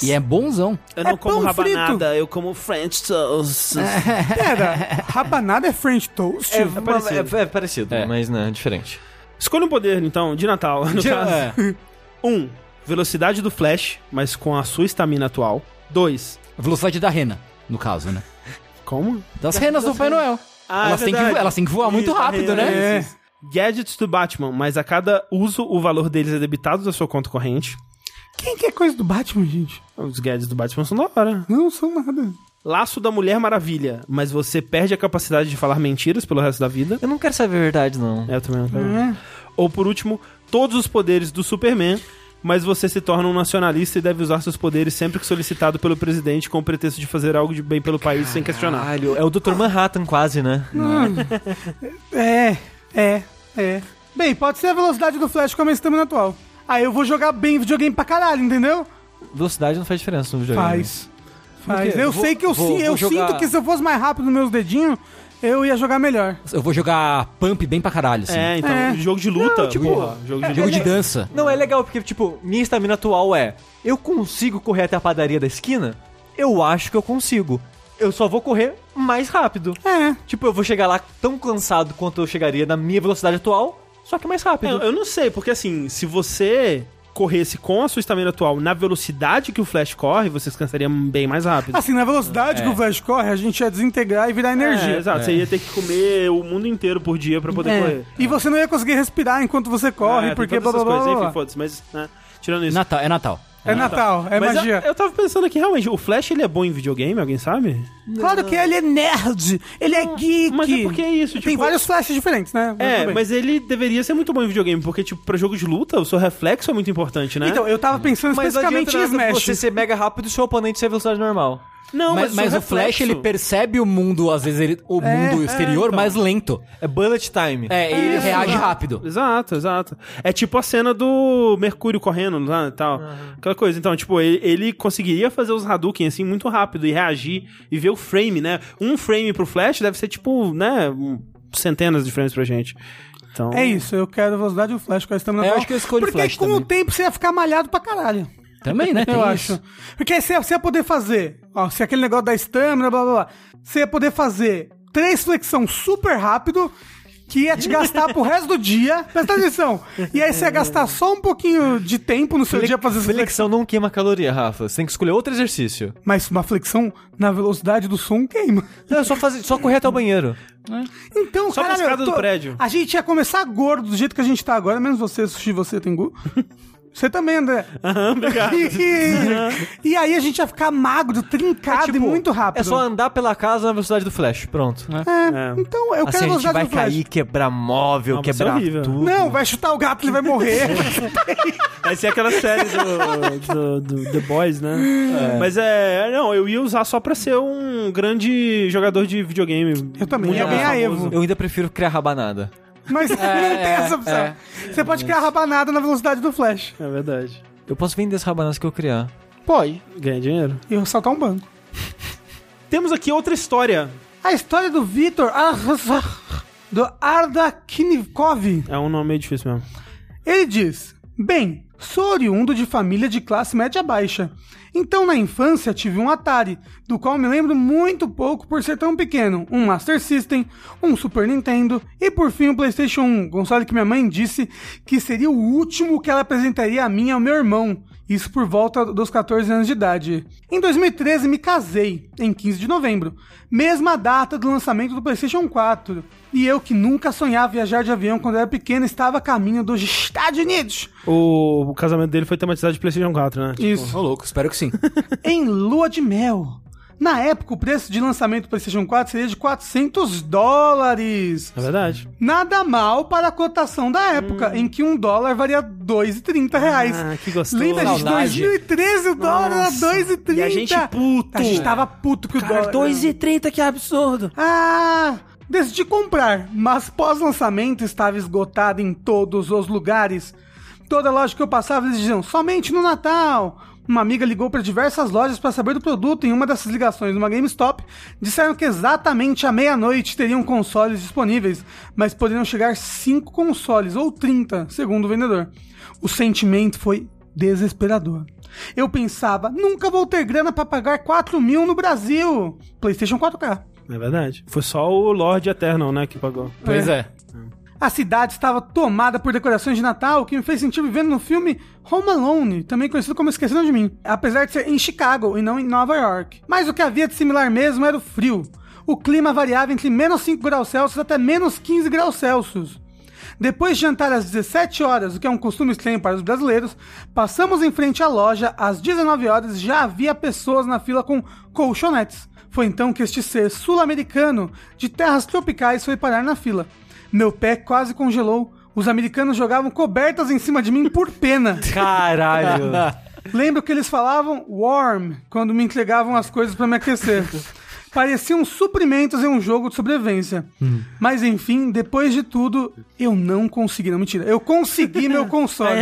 S4: E é bonzão.
S1: Eu
S3: É
S1: não como
S3: pão frito.
S1: rabanada, eu como French toast.
S3: Pera, rabanada é French toast?
S2: É,
S1: é
S2: parecido,
S1: parecido.
S2: é, é parecido
S4: É.
S2: mas não, é diferente.
S1: Escolha um poder, então, de Natal. No caso.
S4: É.
S1: Um, velocidade do Flash, mas com a sua estamina atual. Dois,
S4: A velocidade da rena, no caso, né?
S1: como?
S4: Das renas do Pai Noel.
S1: Ah,
S4: elas,
S1: é
S4: têm que,
S1: verdade.
S4: vo- elas têm que voar muito
S1: Isso,
S4: rápido,
S1: é,
S4: né?
S1: é, isso. Gadgets do Batman, mas a cada uso o valor deles é debitado da sua conta corrente.
S3: Quem que é coisa do Batman, gente?
S1: Os gadgets do Batman são da hora.
S3: Não são nada.
S1: Laço da Mulher Maravilha, mas você perde a capacidade de falar mentiras pelo resto da vida.
S2: Eu não quero saber a verdade, não.
S1: É, Eu também não quero.
S3: É.
S1: Ou por último, todos os poderes do Superman, mas você se torna um nacionalista e deve usar seus poderes sempre que solicitado pelo presidente com o pretexto de fazer algo de bem pelo país sem questionar.
S2: Caralho, é o Dr. Manhattan quase, né?
S3: É, é, é. Bem, pode ser a velocidade do Flash com a minha estamina atual. Aí eu vou jogar bem videogame pra caralho, entendeu?
S2: Velocidade não faz diferença no videogame.
S3: Faz. Faz.
S2: É. quê?
S3: Eu
S2: Vou-
S3: sei que eu,
S2: vou-
S3: si-
S2: vou
S3: eu
S2: jogar-
S3: sinto que se eu fosse mais rápido nos meus dedinhos, eu ia jogar melhor.
S4: Eu vou jogar pump bem pra caralho, assim.
S1: É, então,
S3: É.
S1: jogo de luta.
S2: Não, tipo,
S1: porra, jogo de
S4: Jogo
S1: luta.
S4: de dança.
S2: Não, é legal porque, tipo, minha estamina atual é: eu consigo correr até a padaria da esquina? Eu acho que eu consigo. Eu só vou correr mais rápido.
S3: É.
S2: Tipo, eu vou chegar lá tão cansado quanto eu chegaria na minha velocidade atual, só que mais
S1: É,
S2: rápido.
S1: eu não sei, porque assim, se você corresse com a sua estamina atual na velocidade que o Flash corre, você se cansaria bem mais rápido.
S3: Assim, na velocidade que o Flash corre, a gente ia desintegrar e virar energia.
S1: É, exato, você ia ter que comer o mundo inteiro por dia pra poder
S3: É.
S1: correr.
S3: E você não ia conseguir respirar enquanto você
S1: É,
S3: corre,
S1: tem
S3: porque blá
S1: todas
S3: blá
S1: essas
S3: blá.
S1: coisas,
S3: blá,
S1: enfim,
S3: blá.
S1: foda-se, mas, né, tirando isso.
S4: Natal, é Natal.
S3: É Natal, é
S1: Mas
S3: magia.
S1: Eu, eu tava pensando aqui, realmente, o Flash ele é bom em videogame, alguém sabe?
S3: Claro que ele é nerd, ele é geek.
S1: Mas é porque é isso,
S3: Tem
S1: tipo-
S3: vários flashes diferentes, né?
S1: É,
S3: Tudo bem.
S1: mas ele deveria ser muito bom em videogame, porque, tipo, pra jogo de luta, o seu reflexo é muito importante, né?
S3: Então, eu tava pensando
S2: Mas não
S3: especificamente
S2: adianta
S3: em
S2: nada
S3: Smash.
S2: você ser mega rápido e seu oponente ser velocidade normal.
S1: não,
S4: mas mas
S1: seu
S4: o Flash,
S1: reflexo-
S4: ele percebe o mundo, às vezes, ele, o mundo exterior mais lento.
S2: É bullet time.
S4: É, ele
S1: Isso,
S4: reage
S1: exato.
S4: rápido.
S1: Exato, exato. É tipo a cena do Mercúrio correndo lá e tal. Aquela coisa. Então, tipo, ele, ele conseguiria fazer os Hadouken assim muito rápido e reagir e ver o frame, né? Um frame pro Flash deve ser tipo, né? um- Centenas de frames pra gente. Então,
S3: É isso, eu quero velocidade do Flash com a estamina
S4: É, eu
S3: atual,
S4: acho que eu escolho
S3: Porque
S4: Flash
S3: com o
S4: também.
S3: tempo você ia ficar malhado pra caralho.
S4: Também, né? Tem
S3: eu
S4: isso.
S3: acho. Porque aí você ia, você ia poder fazer, ó, se aquele negócio da estamina, blá blá blá, você ia poder fazer três flexão super rápido, que ia te gastar pro resto do dia, presta atenção, e aí você ia gastar só um pouquinho de tempo no seu dia pra fazer essa flexão.
S2: Flexão não queima caloria, Rafa. Você tem que escolher outro exercício.
S3: Mas uma flexão na velocidade do som queima.
S2: Não, é só, fazer, só correr até o banheiro.
S3: Então,
S1: Só pra
S3: caralho,
S1: escada
S3: eu
S1: do prédio.
S3: A gente ia começar gordo do jeito que a gente tá agora, menos você, Sushi, você, Tengu. Você também, André.
S1: Aham, obrigado.
S3: e, e aí a gente ia ficar magro, trincado e muito rápido.
S2: É só andar pela casa na velocidade do flash. Pronto.
S3: É, Então, eu quero
S2: Assim, a gente
S3: velocidade
S2: vai
S3: do Flash.
S2: cair, quebrar móvel,
S1: Não, mas é
S2: quebrar
S1: horrível.
S2: tudo.
S3: Não, vai chutar o gato, ele vai morrer.
S1: Essa é aquela série do, do- do The Boys, né? Mas é. Não, eu ia usar só pra ser um grande jogador de videogame.
S3: Eu também, ia
S1: Mundial
S3: ganhar
S1: famoso.
S3: Evo.
S2: Eu ainda prefiro criar rabanada.
S3: Mas não tem essa opção.
S4: é.
S3: Você pode criar rabanada na velocidade do Flash.
S1: É verdade.
S2: Eu posso vender as rabanadas que eu criar.
S3: Pode.
S1: Ganhar dinheiro.
S3: E eu saltar um banco.
S1: Temos aqui outra história.
S3: A história do Vitor... ah, Do Arda Kinikov.
S1: É um nome meio difícil mesmo.
S3: Ele diz: Bem, sou oriundo de família de classe média baixa. Então, na infância, tive um Atari, do qual me lembro muito pouco por ser tão pequeno, um Master System, um Super Nintendo e, por fim, um PlayStation 1, console que minha mãe disse que seria o último que ela apresentaria a mim e ao meu irmão. Isso por volta dos 14 anos de idade. Em 2013 me casei, em 15 de novembro, mesma data do lançamento do PlayStation 4. E eu que nunca sonhava viajar de avião quando era pequeno estava a caminho dos Estados Unidos.
S1: O, o casamento dele foi tematizado de PlayStation 4, né?
S3: Isso.
S4: Ô, louco, espero que sim.
S3: em lua de mel. Na época, o preço de lançamento do PlayStation 4 seria de 400 dólares.
S1: É verdade.
S3: Nada mal para a cotação da época, em que um dólar valia 2,30 reais.
S1: Hum. Ah, que gostoso.
S3: Lembra de
S4: Saudade.
S3: 2013 o dólar
S1: Nossa.
S3: era 2,30?
S1: E a gente puto.
S3: A gente tá tava puto que o dólar...
S4: 2,30, que absurdo.
S3: Ah, decidi comprar, mas pós-lançamento estava esgotado em todos os lugares. Toda loja que eu passava eles diziam somente no Natal. Uma amiga ligou para diversas lojas para saber do produto. Em uma dessas ligações, numa GameStop, disseram que exatamente à meia-noite teriam consoles disponíveis, mas poderiam chegar 5 consoles ou 30, segundo o vendedor. O sentimento foi desesperador. Eu pensava, nunca vou ter grana para pagar 4 mil no Brasil. PlayStation 4K.
S1: É verdade. Foi só o Lord Eternal, né, que pagou.
S4: Pois é.
S3: A cidade estava tomada por decorações de Natal, o que me fez sentir vivendo no filme Home Alone, também conhecido como Esqueceram de Mim, apesar de ser em Chicago e não em Nova York. Mas o que havia de similar mesmo era o frio. O clima variava entre menos 5 graus Celsius até menos 15 graus Celsius. Depois de jantar às 17 horas, o que é um costume estranho para os brasileiros, passamos em frente à loja, às 19 horas já havia pessoas na fila com colchonetes. Foi então que este ser sul-americano de terras tropicais foi parar na fila. Meu pé quase congelou. Os americanos jogavam cobertas em cima de mim por pena.
S2: Caralho.
S3: Lembro que eles falavam warm quando me entregavam as coisas pra me aquecer. Pareciam suprimentos em um jogo de sobrevivência. Mas enfim, depois de tudo, eu não consegui. Não, mentira. Eu consegui meu console.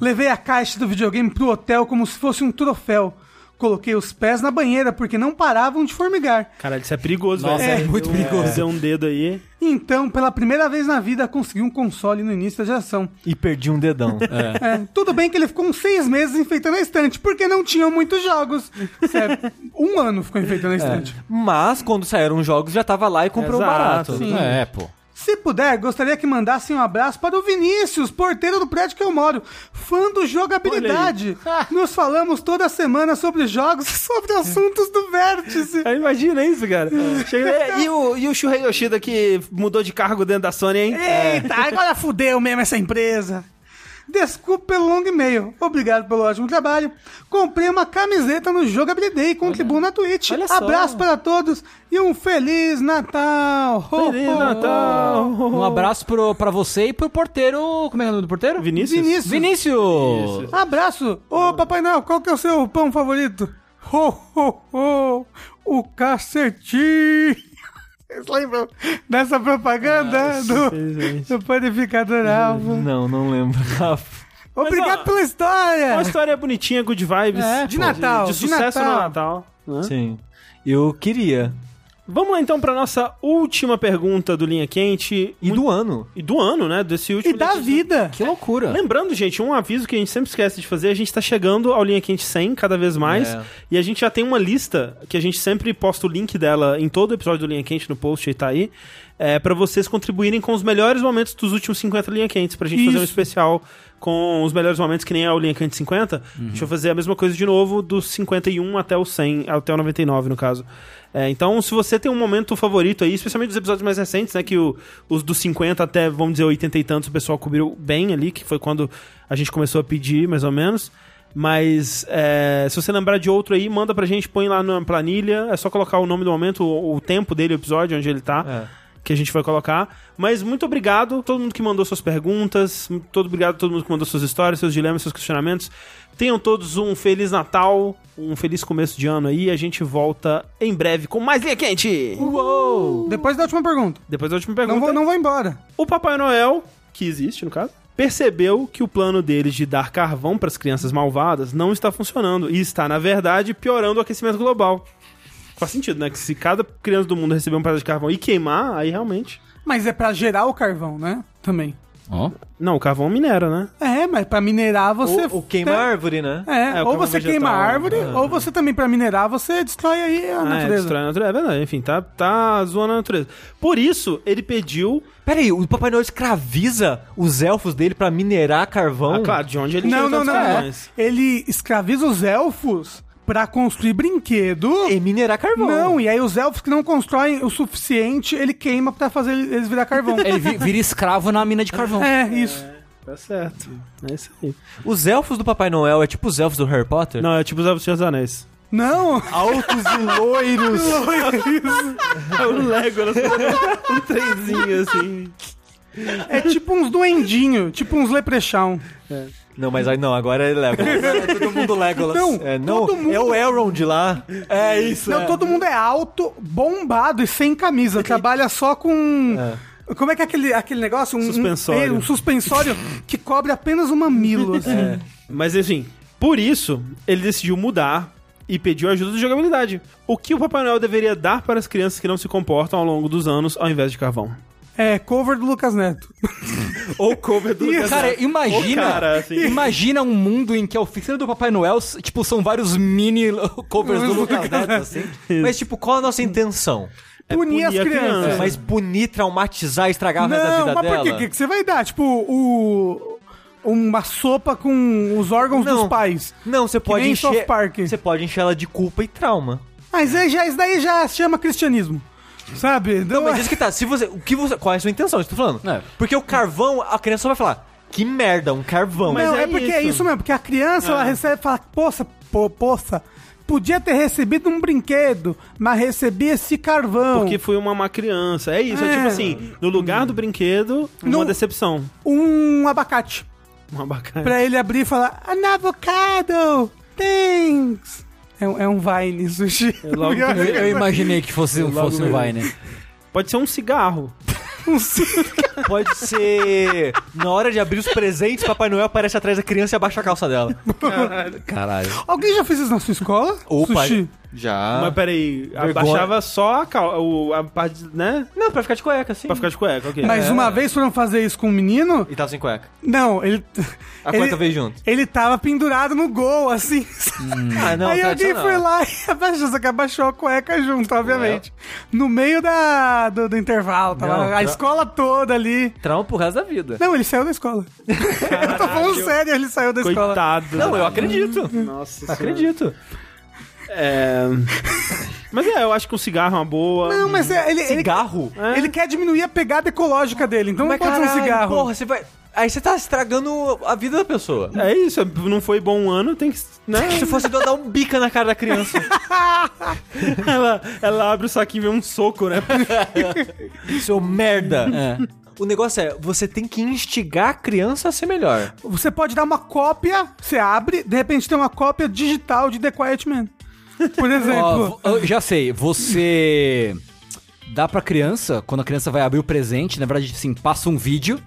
S3: Levei a caixa do videogame pro hotel como se fosse um troféu. Coloquei os pés na banheira porque não paravam de formigar.
S1: Caralho, isso é perigoso,
S4: Nossa,
S1: velho.
S4: é muito
S1: Deu-
S4: perigoso.
S1: Deu um dedo aí.
S3: Então, pela primeira vez na vida, consegui um console no início da geração.
S2: e perdi um dedão.
S3: É, tudo bem que ele ficou uns seis meses enfeitando a estante, porque não tinham muitos jogos. Sério, um ano ficou enfeitando a estante.
S2: Mas quando saíram os jogos, já tava lá e comprou
S1: Exato.
S2: barato.
S1: Sim.
S4: É, pô.
S3: Se puder, gostaria que mandassem um abraço para o Vinícius, porteiro do prédio que eu moro, fã do jogabilidade. Nos falamos toda semana sobre jogos e sobre assuntos do vértice.
S1: Aí imagina isso, cara. Chega- É. E o, e o Shuhei Yoshida que mudou de cargo dentro da Sony, hein?
S3: Eita, agora fudeu mesmo essa empresa. É. Desculpe pelo longo e-mail. Obrigado pelo ótimo trabalho. Comprei uma camiseta no Jogabilidade e contribuo na Twitch.
S1: olha só.
S3: Abraço para todos e um Feliz Natal! Ho,
S1: Feliz
S3: ho, ho.
S1: Natal.
S4: Um abraço pro, pra você e pro porteiro. Como é o nome do porteiro?
S1: Vinícius?
S3: Vinícius.
S4: Vinícius!
S3: Abraço! Ô, Papai Noel, qual que é o seu pão favorito? Ho, ho, ho! O cacetinho! Vocês lembram dessa propaganda
S1: infelizmente.
S3: do, do panificador Alvo?
S2: Não, não lembro.
S3: Obrigado
S1: ó,
S3: pela história!
S1: É Uma história bonitinha, good vibes.
S3: É, de Natal,
S1: De,
S3: de
S1: sucesso
S3: Natal.
S1: no Natal. né?
S2: Sim. Eu queria.
S1: Vamos lá então pra nossa última pergunta do Linha Quente.
S2: E do ano.
S1: E do ano, né? Desse último.
S3: E da
S1: desse-
S3: vida!
S4: Que loucura.
S1: Lembrando, gente, um aviso que a gente sempre esquece de fazer, a gente tá chegando ao Linha Quente 100 cada vez mais,
S2: É.
S1: e a gente já tem uma lista que a gente sempre posta o link dela em todo episódio do Linha Quente no post e tá aí, é, para vocês contribuírem com os melhores momentos dos últimos 50 Linha Quentes, pra gente fazer um
S3: Isso.
S1: especial com os melhores momentos que nem é o Linha Quente 50. Deixa eu fazer a mesma coisa de novo dos 51 até o 100, até o 99 no caso. É, então, se você tem um momento favorito aí, especialmente dos episódios mais recentes, né? Que o- os dos 50 até, vamos dizer, 80 e tantos, o pessoal cobriu bem ali, que foi quando a gente começou a pedir, mais ou menos. Mas é, se você lembrar de outro aí, manda pra gente, põe lá na planilha. É só colocar o nome do momento, o, o tempo dele, o episódio, onde ele tá
S2: É.
S1: que a gente vai colocar. Mas muito obrigado a todo mundo que mandou suas perguntas, todo obrigado a todo mundo que mandou suas histórias, seus dilemas, seus questionamentos. Tenham todos um feliz Natal, um feliz começo de ano aí. A gente volta em breve com mais linha quente.
S3: Depois da última pergunta.
S1: Depois da última
S3: Não
S1: pergunta.
S3: vou, não vou embora.
S1: O Papai Noel, que existe no caso, percebeu que o plano deles de dar carvão para as crianças malvadas não está funcionando e está, na verdade, piorando o aquecimento global. Faz sentido, né? Que se cada criança do mundo receber um pedaço de carvão e queimar, aí realmente.
S3: Mas é pra gerar o carvão, né? Também.
S4: Ó.
S1: Não, o carvão minera, né?
S3: É, mas pra minerar você.
S2: O, o queima a árvore, né?
S3: É,
S1: É, o
S3: ou
S1: carvão
S3: você
S1: vegetal,
S3: queima a árvore,
S1: é.
S3: ou você também, pra minerar, você destrói aí a
S1: Ah, é,
S3: natureza.
S1: destrói a natureza. É verdade, enfim, tá, tá zoando a natureza. Por isso, ele pediu.
S2: Pera aí, o Papai Noel escraviza os elfos dele pra minerar carvão?
S1: Ah, claro, de onde ele
S3: Não,
S1: tira
S3: não,
S1: tantos
S3: não.
S1: carvões.
S3: é. Ele escraviza os elfos pra construir brinquedo.
S2: E minerar carvão.
S3: Não, e aí os elfos que não constroem o suficiente, ele queima pra fazer eles virar carvão.
S4: Ele vi- vira escravo na mina de carvão.
S3: é, isso.
S1: Tá certo. É isso aí.
S2: Os elfos do Papai Noel é tipo os elfos do Harry Potter?
S1: Não, é tipo os Elfos do Senhor dos Anéis.
S3: Não!
S2: Altos e loiros.
S1: É o Legolas. um trenzinho, assim.
S3: É tipo uns duendinho, tipo uns leprechaun.
S2: Não, mas aí não, agora é Legolas.
S4: É todo mundo Legolas.
S3: Não,
S2: É, não,
S3: todo mundo...
S2: é o Elrond lá.
S4: é isso.
S3: Não, todo mundo é alto, bombado e sem camisa. Trabalha só com. Como é que é aquele, aquele negócio? Um,
S1: Suspensório.
S3: Um, é, um suspensório que cobre apenas o mamilo, assim.
S1: Mas enfim, por isso, ele decidiu mudar e pediu ajuda de jogabilidade. O que o Papai Noel deveria dar para as crianças que não se comportam ao longo dos anos ao invés de carvão?
S3: É, cover do Lucas Neto.
S1: Ou cover do Lucas
S4: Cara,
S1: Neto.
S4: imagina,
S1: Ô, cara, assim.
S4: imagina um mundo em que a oficina do Papai Noel, tipo, são vários mini covers do Lucas Neto, assim.
S2: Mas, tipo, qual a nossa intenção?
S3: punir as
S1: punir a
S3: crianças.
S1: criança.
S2: Mas punir, traumatizar, estragar mais a
S3: É. Não,
S2: vida
S3: mas
S2: dela?
S3: por quê? O que, que você vai dar? Tipo, o. Uma sopa com os órgãos
S2: Não.
S3: dos pais.
S2: Não, você pode
S3: nem
S2: encher.
S3: South Park.
S2: Você pode encher ela de culpa e trauma.
S3: Mas aí já, Ah, isso daí já se chama cristianismo. Sabe? Não,
S2: Mas isso que tá, se você, o que você, qual é a sua intenção? Estou falando.
S4: É.
S2: Porque o carvão, a criança só vai falar: "Que merda, um carvão".
S1: Mas
S3: não,
S1: é
S3: é, porque é
S1: isso. É.
S3: isso mesmo, porque a criança ela recebe e fala, poça, pô, poça, podia ter recebido um brinquedo, mas recebi esse carvão.
S1: Porque foi uma má criança. É isso, é,
S3: É.
S1: tipo assim, no lugar do brinquedo, uma
S3: Não-
S1: decepção.
S3: Um abacate.
S1: Uma bacana.
S3: Pra ele abrir e falar, an avocado, thanks. É, um- é um Vine, sushi.
S1: É logo que
S4: Eu, eu imaginei que fosse, fosse um
S1: mesmo.
S4: Vine.
S1: Pode ser um cigarro.
S3: Um sushi.
S2: Pode ser na hora de abrir os presentes, Papai Noel aparece atrás da criança e abaixa a calça dela.
S4: Caralho.
S3: Alguém já fez isso na sua escola?
S2: Opa.
S3: Sushi.
S2: Ah.
S5: Já.
S1: Mas peraí, abaixava só a, cal- o- a parte, né?
S2: Não, pra ficar de cueca, sim.
S1: Pra ficar de cueca, ok.
S3: Mas uma vez foram fazer isso com um menino?
S2: E tava sem cueca.
S3: Não, ele.
S2: A
S3: ele,
S2: cueca veio junto.
S3: ele tava pendurado no gol, assim.
S2: Ah, não,
S3: Aí alguém
S2: tradicional.
S3: foi lá e abaixou, só que abaixou a cueca junto, obviamente. No meio da, do, do intervalo, tava
S2: Não,
S3: a
S2: tra-
S3: escola toda ali.
S2: Trauma pro resto da vida.
S3: Não, ele saiu da escola. eu tô falando sério, ele saiu da escola.
S1: Coitado.
S2: Não, eu acredito.
S1: Nossa
S2: Acredito.
S1: É... Mas é, eu acho que um cigarro é uma boa.
S3: Não, mas é, ele, ele,
S2: Cigarro?
S3: ele quer diminuir a pegada ecológica dele, então
S2: Mas
S3: não pode ser um
S2: caralho,
S3: cigarro.
S2: Porra, você vai. Aí você tá estragando a vida da pessoa.
S1: É isso, não foi bom um ano, tem que. Né?
S2: Se fosse dar dar um bica na cara da criança.
S1: ela, ela abre o saquinho e vê um soco, né?
S2: Seu merda.
S4: É.
S2: O negócio é, você tem que instigar a criança a ser melhor.
S3: Você pode dar uma cópia, você abre, de repente tem uma cópia digital de The Quiet Man. Por exemplo.
S4: Ó, eu já sei, você dá pra criança, quando a criança vai abrir o presente, na verdade, assim, passa um vídeo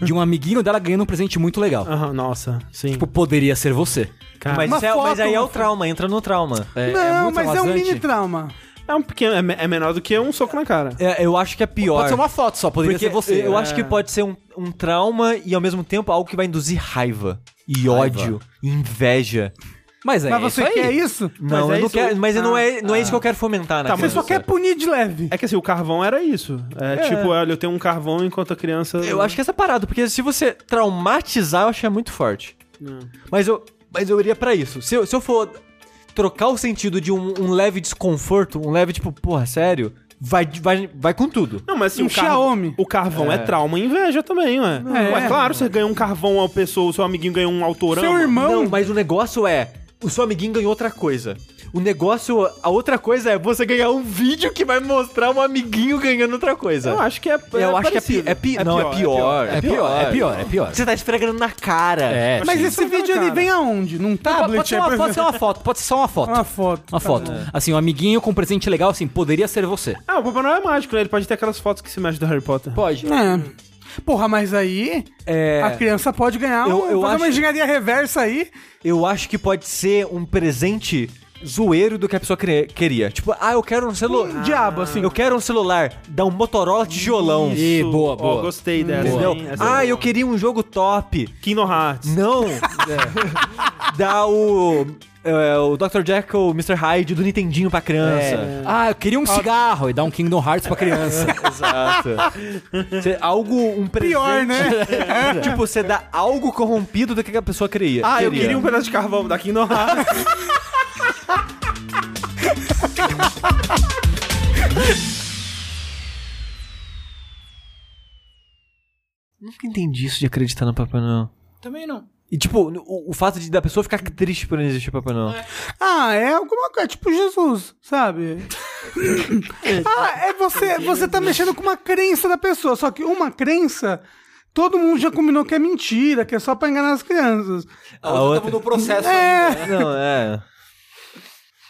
S4: de um amiguinho dela ganhando um presente muito legal.
S1: Aham, nossa, sim.
S4: Tipo, poderia ser você.
S1: cara.
S2: Mas,
S3: Uma
S2: isso é- mas
S3: foto,
S2: aí é
S3: uma
S2: o trauma, entra no trauma.
S4: É- é
S3: não,
S4: muito
S3: mas é um
S4: traumatizante.
S3: mini trauma.
S1: É um pequeno. É, me- é menor do que um soco na cara.
S2: É, eu acho que é pior.
S4: Pode ser uma foto só, poderia
S2: porque
S4: ser você.
S2: eu
S4: né?
S2: acho que pode ser um, um trauma e ao mesmo tempo algo que vai induzir raiva. E ódio, e inveja.
S4: Mas é
S3: mas você
S4: isso aí.
S3: quer isso?
S2: Não,
S1: é
S2: eu não
S1: isso-
S2: quero. Mas não é, não é isso que eu quero fomentar na
S1: Tá,
S2: criança.
S1: mas
S3: Você só quer punir de leve.
S1: É que assim, o carvão era isso. É, tipo, olha, eu tenho um carvão enquanto a criança.
S2: Eu acho que essa parada, porque se você traumatizar, eu acho que é muito forte. Mas eu, mas eu iria pra isso. Se eu, se eu for trocar o sentido de um, um leve desconforto, um leve tipo, porra, sério, vai, vai, vai com tudo.
S1: Não, mas assim,
S3: Um
S1: o, carvão-
S3: Xiaomi.
S1: o carvão é. trauma e inveja também, ué. Ué,
S3: é.
S1: claro, você ganha um carvão ao pessoa, o seu amiguinho ganhou um autorama.
S3: Seu irmão.
S2: Não, mas o negócio é, o seu amiguinho ganhou outra coisa. O negócio, a outra coisa é você ganhar um vídeo que vai mostrar um amiguinho ganhando outra coisa.
S1: Eu acho que é.
S2: Eu acho que é, pi,
S1: parecido.
S2: é, pi, não, é pior.
S4: É pior, é pior, é pior.
S2: Você tá esfregando na cara.
S4: É.
S3: Mas
S1: Sim.
S3: esse vídeo ele
S1: Cara.
S3: vem aonde? Num
S4: Pode,
S3: tablet?
S4: pode ser
S3: É, por
S4: uma, pode ser
S3: exemplo,
S4: uma foto, pode ser só uma foto.
S3: uma
S4: Uma,
S3: foto.
S4: foto. Assim, um amiguinho com um presente legal, assim, poderia ser você.
S1: Ah, o Papai Noel é mágico, né? Ele pode ter aquelas fotos que se mexe do Harry Potter.
S4: Pode.
S3: É. Porra, mas aí
S2: É.
S3: a criança pode ganhar
S2: Eu-
S3: um,
S2: eu
S3: fazer
S2: acho-
S3: uma engenharia reversa aí.
S2: Eu acho que pode ser um presente zoeiro do que a pessoa cre- queria. Tipo, ah, eu quero um celular.
S1: Hum,
S3: Um diabo, assim.
S2: Eu quero um celular da um Motorola tijolão.
S4: Isso. Ih, boa,
S1: Ó,
S4: boa.
S1: gostei dessa.
S2: Entendeu?
S1: hein? Essa é
S2: Ah,
S1: boa.
S2: eu queria um jogo top.
S1: Kingdom Hearts.
S2: Não. É. Dá o. é, o Dr. Jekyll, Mr. Hyde do Nintendinho pra criança.
S4: Ah, eu queria um cigarro e dar um Kingdom Hearts pra criança.
S2: Exato.
S1: É.
S2: Você- algo, um presente.
S3: Pior, né?
S2: tipo, você dá algo corrompido do que a pessoa queria.
S1: Ah, eu queria um pedaço de carvão da Kingdom Hearts.
S2: Nunca entendi isso de acreditar no Papai Noel.
S4: Também não.
S2: E, tipo, o, o fato de da pessoa ficar triste por não existir Papai Noel.
S3: Ah, é alguma coisa, tipo Jesus, sabe? ah, é você, você tá mexendo com uma crença da pessoa, só que uma crença, todo mundo já combinou que é mentira, que é só pra enganar as crianças. É,
S2: A
S5: A outra
S2: outra-
S5: tava no processo
S4: É
S5: ainda, né?
S2: Não, é.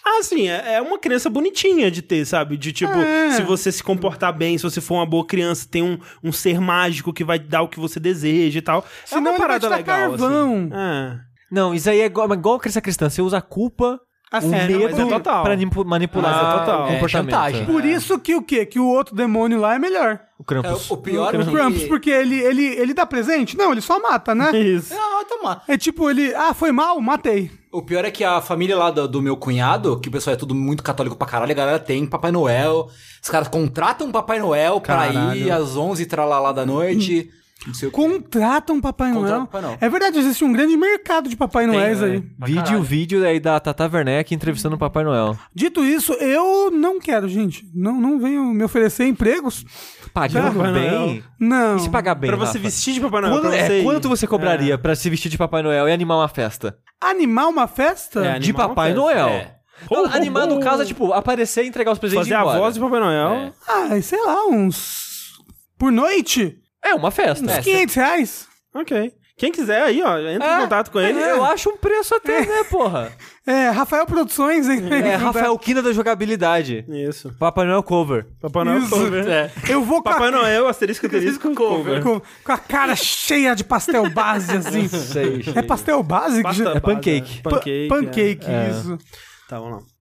S1: Ah, sim, é é uma crença bonitinha de ter, sabe? De tipo, se você se comportar bem, se você for uma boa criança, tem um, um ser mágico que vai dar o que você deseja e tal. é
S3: Senão
S1: uma
S3: ele vai
S1: parada
S3: te dar
S1: legal.
S3: carvão.
S1: Assim. É.
S2: Não, isso aí é igual, mas igual a crença cristã. Você usa a culpa,
S3: Assim,
S2: o
S1: é, não, mas
S2: medo
S1: é total.
S2: pra nipu- manipular
S1: Mas é total.
S2: o
S1: É,
S2: comportamento.
S4: chantagem.
S3: Por isso que o quê? Que o outro demônio lá é melhor.
S2: O
S5: É,
S2: Krampus.
S5: o pior é
S3: O Krampus,
S5: que...
S3: porque ele, ele, ele dá presente? Não, ele só mata, né?
S1: Isso.
S5: Não, tá mal.
S3: É tipo, ele, ah, foi mal, matei.
S5: O pior é que a família lá do, do meu cunhado, que o pessoal é tudo muito católico pra caralho, a galera tem Papai Noel. Os caras contratam um Papai Noel pra ir às 11 e tralalá da noite. Não sei o que.
S3: Contratam Papai
S5: Contratam
S3: Noel.
S5: Papai Noel.
S3: É verdade, existe um grande mercado de Papai
S1: é
S3: Noéis
S5: né?
S3: aí.
S2: Vídeo, vídeo aí da Tata Werneck entrevistando o Papai Noel.
S3: Dito isso, eu não quero, gente. Não, não venho me oferecer empregos.
S2: Pagando
S1: Papai
S2: bem?
S1: Noel.
S3: Não.
S2: E se pagar bem,
S1: pra você
S2: Rafa?
S1: vestir de Papai Noel.
S2: Quando,
S1: pra
S2: é,
S1: você ir. É.
S2: quanto você cobraria pra se vestir de Papai Noel e animar uma festa?
S3: Animar uma festa?
S1: É,
S2: de
S1: Animar uma
S2: Papai
S1: festa,
S2: Noel.
S5: é.
S2: Então,
S1: Ho, ho,
S2: animar no
S1: ho.
S2: caso é tipo aparecer, entregar os presentes
S1: Fazer
S2: e ir
S1: a
S2: embora.
S1: voz de Papai Noel.
S3: Ah, sei lá, uns. Por noite?
S2: É uma festa.
S3: Uns 500 reais?
S1: Ok. Quem quiser aí, ó, entra em contato tá com ele. É.
S2: Eu acho um preço até, né, porra?
S3: É, Rafael Produções, hein?
S2: É, Rafael Quina da jogabilidade.
S1: Isso.
S2: Papai Noel cover.
S1: Papai Noel
S3: Isso.
S1: cover.
S3: Eu vou com a,
S1: Papai Noel, asterisco, é. asterisco, cover.
S3: com, com a cara cheia de pastel base, assim.
S2: Sei,
S3: É pastel base? que
S1: Pasta
S3: já-
S1: base,
S2: pancake.
S1: Pancake.
S3: Pancake,
S1: é.
S3: isso.
S1: Tá, vamos lá.